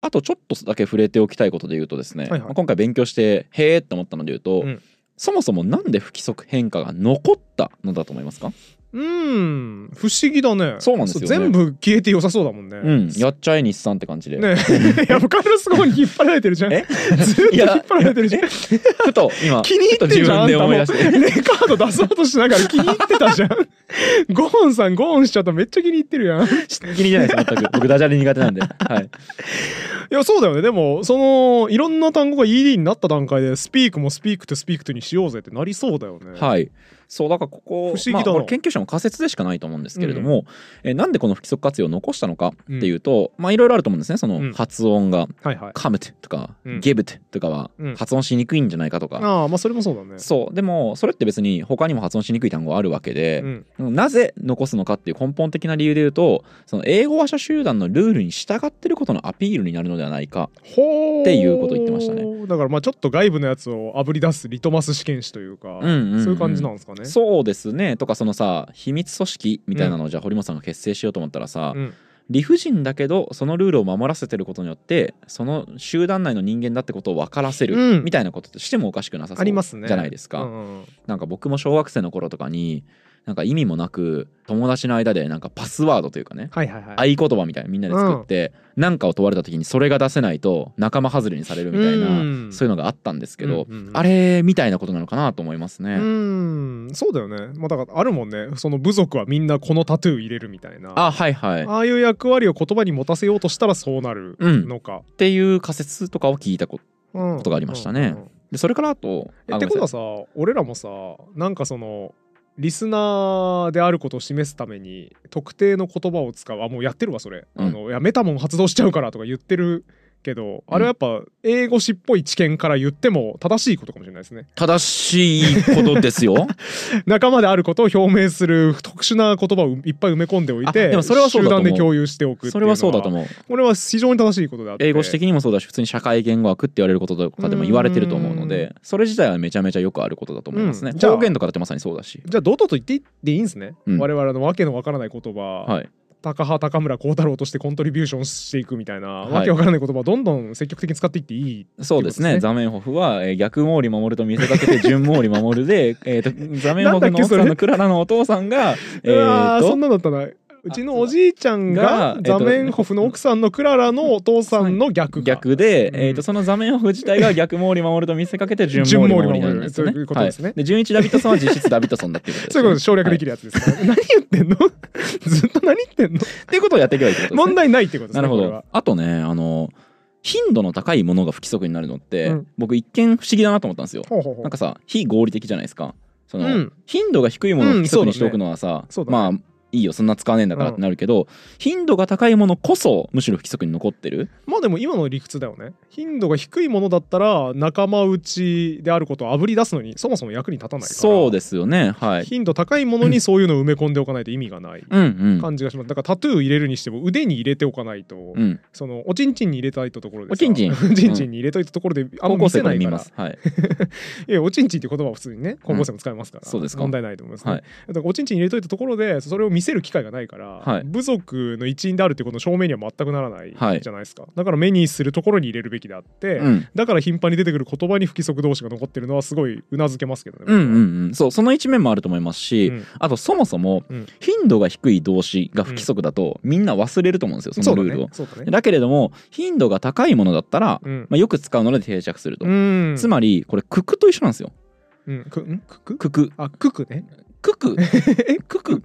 Speaker 1: あとちょっとだけ触れておきたいことで言うとですね、
Speaker 2: はいはい
Speaker 1: 今回勉強してへえって思ったので言うと、
Speaker 2: うん
Speaker 1: そもそもなんで不規則変化が残ったのだと思いますか、
Speaker 2: うん不思議だね
Speaker 1: そうなんですよね
Speaker 2: 全部消えて良さそうだもんね、
Speaker 1: うん、やっちゃえ日産って 感じで、
Speaker 2: ねえいやカルロス・ゴーンに引っ張られてるじゃんず
Speaker 1: え
Speaker 2: っと
Speaker 1: い
Speaker 2: 引っ
Speaker 1: や
Speaker 2: 張られてるじゃん
Speaker 1: ふと 今
Speaker 2: 気に入ってんじゃんあん
Speaker 1: ちょっと自分
Speaker 2: た
Speaker 1: で
Speaker 2: も
Speaker 1: 思い出
Speaker 2: レカ
Speaker 1: して
Speaker 2: ード出そうとしながら 気に入ってたじゃんゴーンさんゴーンしちゃっためっちゃ気に入ってるやんい
Speaker 1: 気に入ってないです全く僕ダジャレ苦手なんで、 はい、
Speaker 2: やそうだよねでもそのいろんな単語が ED になった段階でスピークもスピークとスピークとにしようぜってなりそうだよね
Speaker 1: はい、そうだからここ
Speaker 2: 不思議だな
Speaker 1: まあこれ研究者の仮説でしかないと思うんですけれども、えーなんでこの不規則活用を残したのかっていうと、まあいろいろあると思うんですねそ
Speaker 2: うん
Speaker 1: の発音が
Speaker 2: はいはい
Speaker 1: 「カムトとか「
Speaker 2: うん
Speaker 1: ゲブトとかは
Speaker 2: うん
Speaker 1: 発音しにくいんじゃないかとか、
Speaker 2: ああまあそれもそうだね
Speaker 1: そうでもそれって別に他にも発音しにくい単語あるわけで
Speaker 2: う、ん
Speaker 1: なぜ残すのかっていう根本的な理由で言うとその英語話者集団のルールに従ってることのアピールになるのではないか
Speaker 2: ほー
Speaker 1: っていうこと言ってましたね
Speaker 2: だからまあちょっと外部のやつをあぶり出すリトマス試験紙という
Speaker 1: うん
Speaker 2: か、
Speaker 1: うんうん
Speaker 2: そういう感じなんですかね
Speaker 1: そうですねとかそのさ秘密組織みたいなのをじゃあ堀本さんが結成しようと思ったらさ、
Speaker 2: うん
Speaker 1: 理不尽だけどそのルールを守らせてることによってその集団内の人間だってことを分からせる、
Speaker 2: うん
Speaker 1: みたいなこととしてもおかしくなさそ
Speaker 2: あ
Speaker 1: うじ
Speaker 2: りますね
Speaker 1: ゃないですか。
Speaker 2: うんうん
Speaker 1: なんか僕も小学生の頃とかになんか意味もなく友達の間でなんかパスワードというかね
Speaker 2: はいはいはい
Speaker 1: 合言葉みたいなみんなで作って何、なん、かを問われた時にそれが出せないと仲間外れにされるみたいな、
Speaker 2: うん
Speaker 1: そういうのがあったんですけど、
Speaker 2: うんうんうん
Speaker 1: あれみたいなことなのかなと思いますね。
Speaker 2: うーんそうだよねまあだからあるもんねその部族はみんなこのタトゥー入れるみたいな
Speaker 1: あはいはい。っ
Speaker 2: ああいう役割を言葉に持たせようとしたらそうなるのか、
Speaker 1: ていう仮説とかを聞いたこと
Speaker 2: うん
Speaker 1: ことがありましたね
Speaker 2: ん
Speaker 1: でそれからあと
Speaker 2: え
Speaker 1: あ
Speaker 2: って
Speaker 1: ごめ
Speaker 2: こと
Speaker 1: んな
Speaker 2: は
Speaker 1: さい
Speaker 2: さ俺らもさなんかそのリスナーであることを示すために特定の言葉を使うあもうやってるわそれ、
Speaker 1: うん
Speaker 2: あのいやメタモン発動しちゃうからとか言ってるけどあれはやっぱ英語詞っぽい知見から言っても正しいことかもしれないですね
Speaker 1: 正しいことですよ。
Speaker 2: 仲間であることを表明する特殊な言葉をいっぱい埋め込んでおいて
Speaker 1: あでもそれはそうだと思う
Speaker 2: 集団で共有しておくっていうの
Speaker 1: それはそうだと思う。
Speaker 2: これは非常に正しいことであって
Speaker 1: 英語史的にもそうだし普通に社会言語学って言われることとかでも言われてると思うのでそれ自体はめちゃめちゃよくあることだと思いますね。
Speaker 2: うんじゃあ
Speaker 1: 方言とかだってまさにそうだし。
Speaker 2: じゃあ堂々と言っていっていいんですね、
Speaker 1: うん
Speaker 2: 我々のわけのわからない言葉、
Speaker 1: はい、
Speaker 2: 高羽高村光太郎としてコントリビューションしていくみたいな、
Speaker 1: はい
Speaker 2: わけわからない言葉をどんどん積極的に使っていっていい
Speaker 1: そうですね
Speaker 2: って
Speaker 1: 座面ホフは、えー逆毛利守と見せかけて順毛利 守でえーと座面ホフ
Speaker 2: なんだ
Speaker 1: の
Speaker 2: っけ
Speaker 1: 奥
Speaker 2: それ
Speaker 1: さんのクララのお父さんが、え
Speaker 2: うわ
Speaker 1: ー
Speaker 2: ーそん
Speaker 1: と
Speaker 2: なのだったなうちのおじいちゃんが
Speaker 1: が
Speaker 2: ザメンホフの奥さんのクララのお父さんの逆か
Speaker 1: 逆で、
Speaker 2: うん
Speaker 1: えー、とその座面オフ自体が逆毛利守ると見せかけて順毛利守りなんですよね。
Speaker 2: 順毛利守るということですね
Speaker 1: はい、で順一ダビッドソンは実質ダビッドソンだっていうことです、
Speaker 2: そういうことです省略できるやつですから、何言ってんのずっと何言ってんの
Speaker 1: はいっていうことをやっていけばいいってことです、ね。
Speaker 2: 問題ないってことですね
Speaker 1: なるほ
Speaker 2: これは
Speaker 1: ど。あとねあの頻度の高いものが不規則になるのって、
Speaker 2: うん
Speaker 1: 僕一見不思議だなと思ったんですよ。
Speaker 2: ほうほうほう
Speaker 1: なんかさ非合理的じゃないですか。その、
Speaker 2: うん
Speaker 1: 頻度が低いものを不規
Speaker 2: う
Speaker 1: 則
Speaker 2: ん
Speaker 1: にしておくのはさ、
Speaker 2: そうだね
Speaker 1: まあいいよそんな使わねえんだからってなるけど、頻度が高いものこそむしろ不規則に残ってる。
Speaker 2: まあでも今の理屈だよね頻度が低いものだったら仲間内であることをあぶり出すのにそもそも役に立たないから
Speaker 1: そうですよねはい。
Speaker 2: 頻度高いものにそういうのを埋め込んでおかないと意味がない
Speaker 1: うんうん。
Speaker 2: 感じがします、だからタトゥー入れるにしても腕に入れておかないと、
Speaker 1: うん、
Speaker 2: そのおちんちんに入れたいとところでさ
Speaker 1: おちんちん
Speaker 2: おちんちんに入れといたところであん
Speaker 1: 高
Speaker 2: ま見
Speaker 1: 校
Speaker 2: せ
Speaker 1: 生か
Speaker 2: な
Speaker 1: ら
Speaker 2: い
Speaker 1: 見
Speaker 2: から
Speaker 1: ます。 はい。
Speaker 2: いやおちんちんっていう言葉は普通にね高校生も使いますから、
Speaker 1: うんそうですか
Speaker 2: 問題ないと思います、ね
Speaker 1: はい
Speaker 2: だからおちんちん入れといたところでそれを見せる機会がないから、
Speaker 1: はい
Speaker 2: 部族の一員であるってことの証明には全くならないじゃな
Speaker 1: はいい
Speaker 2: ですか、だから目にするところに入れるべきであって、
Speaker 1: うん。
Speaker 2: だから頻繁に出てくる言葉に不規則同士が残ってるのはすごいうなずけますけどね。
Speaker 1: うんうんうん、そうその一面もあると思いますし、
Speaker 2: うん
Speaker 1: あとそもそも
Speaker 2: うん
Speaker 1: 頻度が低い動詞が不規則だとみんな忘れると思うんですよ
Speaker 2: そ
Speaker 1: そうの
Speaker 2: だ
Speaker 1: ルール
Speaker 2: ね
Speaker 1: を。。
Speaker 2: そうだね。
Speaker 1: だけれども頻度が高いものだったら、
Speaker 2: うん。
Speaker 1: まあ、よく使うので定着すると。
Speaker 2: うん
Speaker 1: つまりこれククと一緒なんですよ。
Speaker 2: うんくんくく
Speaker 1: クク
Speaker 2: あくくね。
Speaker 1: クククク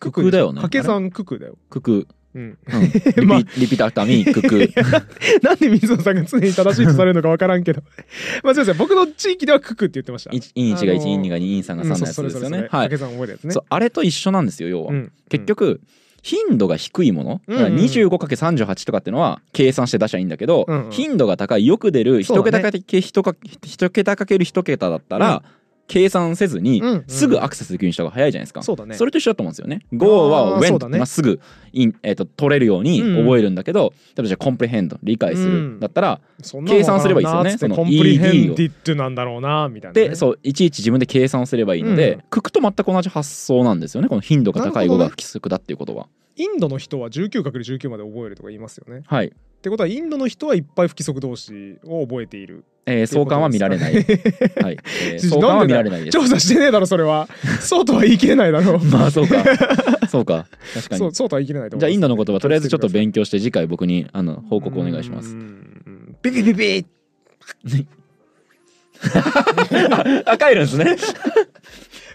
Speaker 1: ククだよね。
Speaker 2: 掛け算くくだよ。
Speaker 1: あれクク、
Speaker 2: うん。
Speaker 1: うん、リピ
Speaker 2: まあ
Speaker 1: リピートアフターミ ークク
Speaker 2: なんで水野さんが常に正しいとされるのかわからんけど。まあすいません僕の地域ではくくって言ってました。
Speaker 1: いイン1が
Speaker 2: あ
Speaker 1: 1
Speaker 2: のー
Speaker 1: イン2が2イン3が3のやつです
Speaker 2: うんそうそれそれ
Speaker 1: よ
Speaker 2: それ
Speaker 1: ね。は
Speaker 2: 掛
Speaker 1: い
Speaker 2: け。算覚えるやつね
Speaker 1: そう。あれと一緒なんですよ要は。
Speaker 2: うん
Speaker 1: 結、局頻度が低いもの、
Speaker 2: うんうん
Speaker 1: 25×38 とかってのは計算して出しゃいいんだけど、
Speaker 2: うんうん
Speaker 1: 頻度が高いよく出る
Speaker 2: そう
Speaker 1: 1
Speaker 2: だ
Speaker 1: 桁
Speaker 2: ね
Speaker 1: かけ1か1桁かける1桁だったら、
Speaker 2: うん
Speaker 1: 計算せずに、
Speaker 2: うんうん
Speaker 1: すぐアクセスできる人が早いじゃないですか。
Speaker 2: そうだね。
Speaker 1: それと一緒だと思うんですよね。Go は
Speaker 2: あーそう
Speaker 1: when、
Speaker 2: だね
Speaker 1: まあ、すぐ、インえー、と取れるように
Speaker 2: うん
Speaker 1: 覚えるんだけど、例えばじゃあ comprehend 理解する、
Speaker 2: うん
Speaker 1: だったら
Speaker 2: そんなの
Speaker 1: 計算すればいいですよね
Speaker 2: わからんな
Speaker 1: そ
Speaker 2: っつっ
Speaker 1: の
Speaker 2: てコンプリヘ
Speaker 1: ED
Speaker 2: ン
Speaker 1: を
Speaker 2: ディットなんだろうなみたいなね。
Speaker 1: で、そういちいち自分で計算をすればいいの
Speaker 2: う
Speaker 1: で、
Speaker 2: ん
Speaker 1: 九九と全く同じ発想なんですよねこの頻度が高い語
Speaker 2: なるほど
Speaker 1: が
Speaker 2: ね
Speaker 1: 不規則だっていうことは。
Speaker 2: インドの人は 19×19 まで覚えるとか言いますよね。
Speaker 1: はい、
Speaker 2: ってことはインドの人はいっぱい不規則動詞を覚えている。
Speaker 1: えー
Speaker 2: ってい
Speaker 1: 相
Speaker 2: うこと
Speaker 1: 関は見
Speaker 2: ですか
Speaker 1: ら れ ない。はい。えー
Speaker 2: ちょ
Speaker 1: 相関
Speaker 2: な
Speaker 1: は
Speaker 2: ん
Speaker 1: 見
Speaker 2: でだよ
Speaker 1: られないです。
Speaker 2: 調査してねえだろそれは。そうとは言い切れないだろう。
Speaker 1: まあそう か。そうか。確か
Speaker 2: そ
Speaker 1: に
Speaker 2: う。そうとは言い切れないと思
Speaker 1: じゃあ
Speaker 2: い
Speaker 1: イン
Speaker 2: ま
Speaker 1: ド
Speaker 2: す
Speaker 1: のことはとりあえずちょっと勉強して次回僕にあの報告お願いしま
Speaker 2: う
Speaker 1: す。
Speaker 2: んビビビビ
Speaker 1: あ帰るんですね。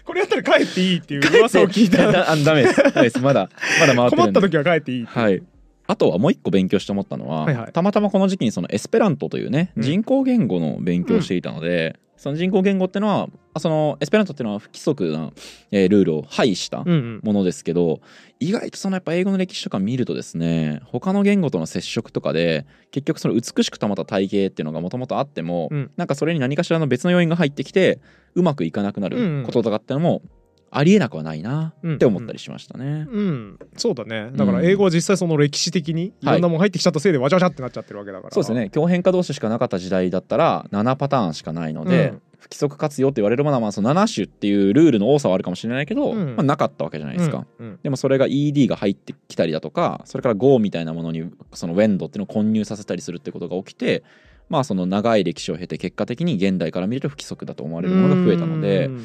Speaker 2: これやったら帰っていいっていう噂を聞 いた。
Speaker 1: だあダメです。ダメです。まだまだ回って
Speaker 2: 困
Speaker 1: る
Speaker 2: っ
Speaker 1: ん
Speaker 2: た
Speaker 1: で。
Speaker 2: 時は帰っていい。
Speaker 1: はい。あとはもう一個勉強して思ったのは、
Speaker 2: はいはい
Speaker 1: たまたまこの時期にそのエスペラントというね、
Speaker 2: うん
Speaker 1: 人工言語の勉強をしていたので、その人工言語ってのはあそのエスペラントっていうのは不規則な、えールールを排した
Speaker 2: うんうん。
Speaker 1: ものですけど意外とそのやっぱ英語の歴史とか見るとですね他の言語との接触とかで結局その美しく保った体型っていうのがもともとあっても、
Speaker 2: うん
Speaker 1: なんかそれに何かしらの別の要因が入ってきてうまくいかなくな
Speaker 2: うんうん
Speaker 1: ることとかってのもありえなくはないな
Speaker 2: うん
Speaker 1: って思ったりしましたね。
Speaker 2: うん、そうだね。だから英語は実際その歴史的にい
Speaker 1: はい
Speaker 2: ろんなもん入ってきちゃったせいでわちゃわちゃってなっちゃってるわけだから。
Speaker 1: そうですね強変化同士しかなかった時代だったら7パターンしかないので、
Speaker 2: うん
Speaker 1: 不規則活用って言われるものはまあその7種っていうルールの多さはあるかもしれないけど、
Speaker 2: うん
Speaker 1: まあ、なかったわけじゃないですか。
Speaker 2: うん。うん
Speaker 1: でもそれが ED が入ってきたりだとかそれから GO みたいなものにその WEND っていうのを混入させたりするってことが起きてまあその長い歴史を経て結果的に現代から見ると不規則だと思われるものが増えたので
Speaker 2: うん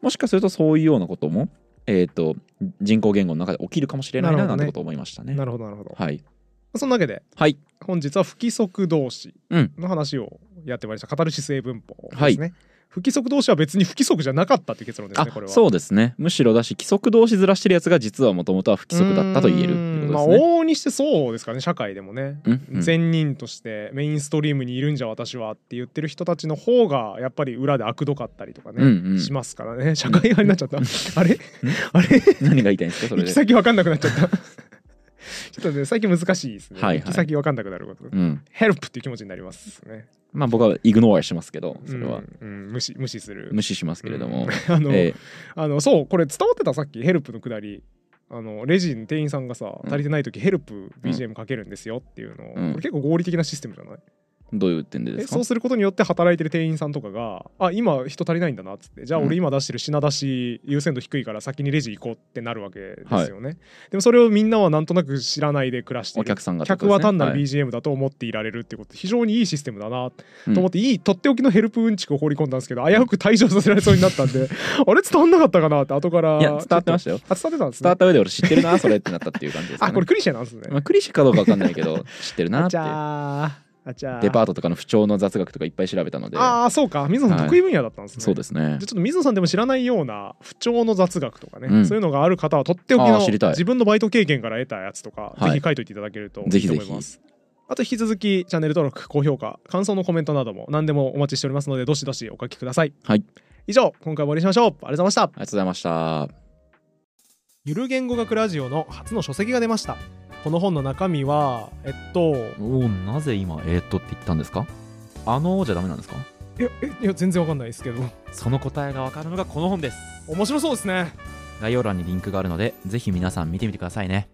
Speaker 1: もしかするとそういうようなことも、えー、と人工言語の中で起きるかもしれないな
Speaker 2: なるほど
Speaker 1: な
Speaker 2: ね
Speaker 1: んてことを思いましたね。
Speaker 2: なるほどなるほど。
Speaker 1: はい、
Speaker 2: そんなわけで
Speaker 1: はい
Speaker 2: 本日は不規則動詞
Speaker 1: うん
Speaker 2: の話をやってまいりました。カタルシス英文法ですね。不規則動詞は別に不規則じゃなかったっていう結論です
Speaker 1: あ
Speaker 2: ね。これは。
Speaker 1: そうですねむしろだし規則同士ずらしてるやつが実はもともとは不規則だったと言えるってことです
Speaker 2: うんまあ
Speaker 1: ね。
Speaker 2: 往々にしてそうですからね社会でもね。
Speaker 1: うんうん
Speaker 2: 善人としてメインストリームにいるんじゃ私はって言ってる人たちの方がやっぱり裏で悪どかったりとかね、
Speaker 1: うんうん
Speaker 2: しますからね 社会派になっちゃったあれあれ
Speaker 1: 何が言いたいんですかそれ
Speaker 2: 行き
Speaker 1: で。
Speaker 2: 先分かんなくなっちゃった ちょっとね最近難しいですね、
Speaker 1: はいはい
Speaker 2: 行き先分かんなくなること
Speaker 1: うん、
Speaker 2: ヘルプっていう気持ちになりますね
Speaker 1: まあ僕はイグノアしますけどそれは
Speaker 2: うんうん無視無視する
Speaker 1: 無視しますけれども。
Speaker 2: うん あの、
Speaker 1: えー
Speaker 2: あのそうこれ伝わってたさっきヘルプのくだりあのレジの店員さんがさ
Speaker 1: うん
Speaker 2: 足りてない時ヘルプ BGM かけるんですよっていうのを、
Speaker 1: うん
Speaker 2: これ結構合理的なシステムじゃない
Speaker 1: どういう点でです
Speaker 2: え
Speaker 1: か
Speaker 2: そうすることによって働いてる店員さんとかが「あ今人足りないんだな」っつって「じゃあ
Speaker 1: うん
Speaker 2: 俺今出してる品出し優先度低いから先にレジ行こう」ってなるわけですよね、でもそれをみんなはなんとなく知らないで暮らしてい
Speaker 1: お
Speaker 2: る
Speaker 1: 客さんがってことで
Speaker 2: 客
Speaker 1: すね、
Speaker 2: は単なる
Speaker 1: い
Speaker 2: BGM だと思っていられるってこと非常にいいシステムだな
Speaker 1: うん
Speaker 2: と思っていいとっておきのヘルプうんちくを放り込んだんですけど危うく退場させられそうになったんで あれ伝わんなかったかなって後から
Speaker 1: いや伝わってましたよ
Speaker 2: あ伝わってたんです
Speaker 1: 伝わっ
Speaker 2: ね
Speaker 1: た上で俺知ってるなそれってなったっていう感じですか、ね、
Speaker 2: あこれクリシェなんですね
Speaker 1: まあ、クリシェかどうかわかんないけど知ってるな
Speaker 2: あ
Speaker 1: っ
Speaker 2: ち
Speaker 1: て
Speaker 2: ゃーあちゃー
Speaker 1: デパートとかの不調の雑学とかいっぱい調べたので
Speaker 2: ああそうか水野さん得意分野だったんですね、
Speaker 1: そうですね
Speaker 2: じゃあちょっと水野さんでも知らないような不調の雑学とかね、
Speaker 1: うん
Speaker 2: そういうのがある方はとっておき
Speaker 1: あ
Speaker 2: の
Speaker 1: ー知りたい
Speaker 2: 自分のバイト経験から得たやつとか、
Speaker 1: はい
Speaker 2: ぜひ書いといていただけるとい
Speaker 1: ぜ
Speaker 2: い
Speaker 1: ひ
Speaker 2: と
Speaker 1: ぜ
Speaker 2: 思
Speaker 1: ひ
Speaker 2: います。あと引き続きチャンネル登録、高評価、感想のコメントなども何でもお待ちしておりますのでどしどしお書きください。
Speaker 1: はい
Speaker 2: 以上今回は終わりにしましょう。ありがとうございました。
Speaker 1: ありがとうございました
Speaker 2: ゆる言語学ラジオの初の書籍が出ました。この本の中身はえっと
Speaker 1: おおなぜ今えー、っとって言ったんですかあのーじゃダメなんですか
Speaker 2: いやいや全然わかんないですけど
Speaker 1: その答えがわかるのがこの本です
Speaker 2: 面白そうですね。
Speaker 1: 概要欄にリンクがあるのでぜひ皆さん見てみてくださいね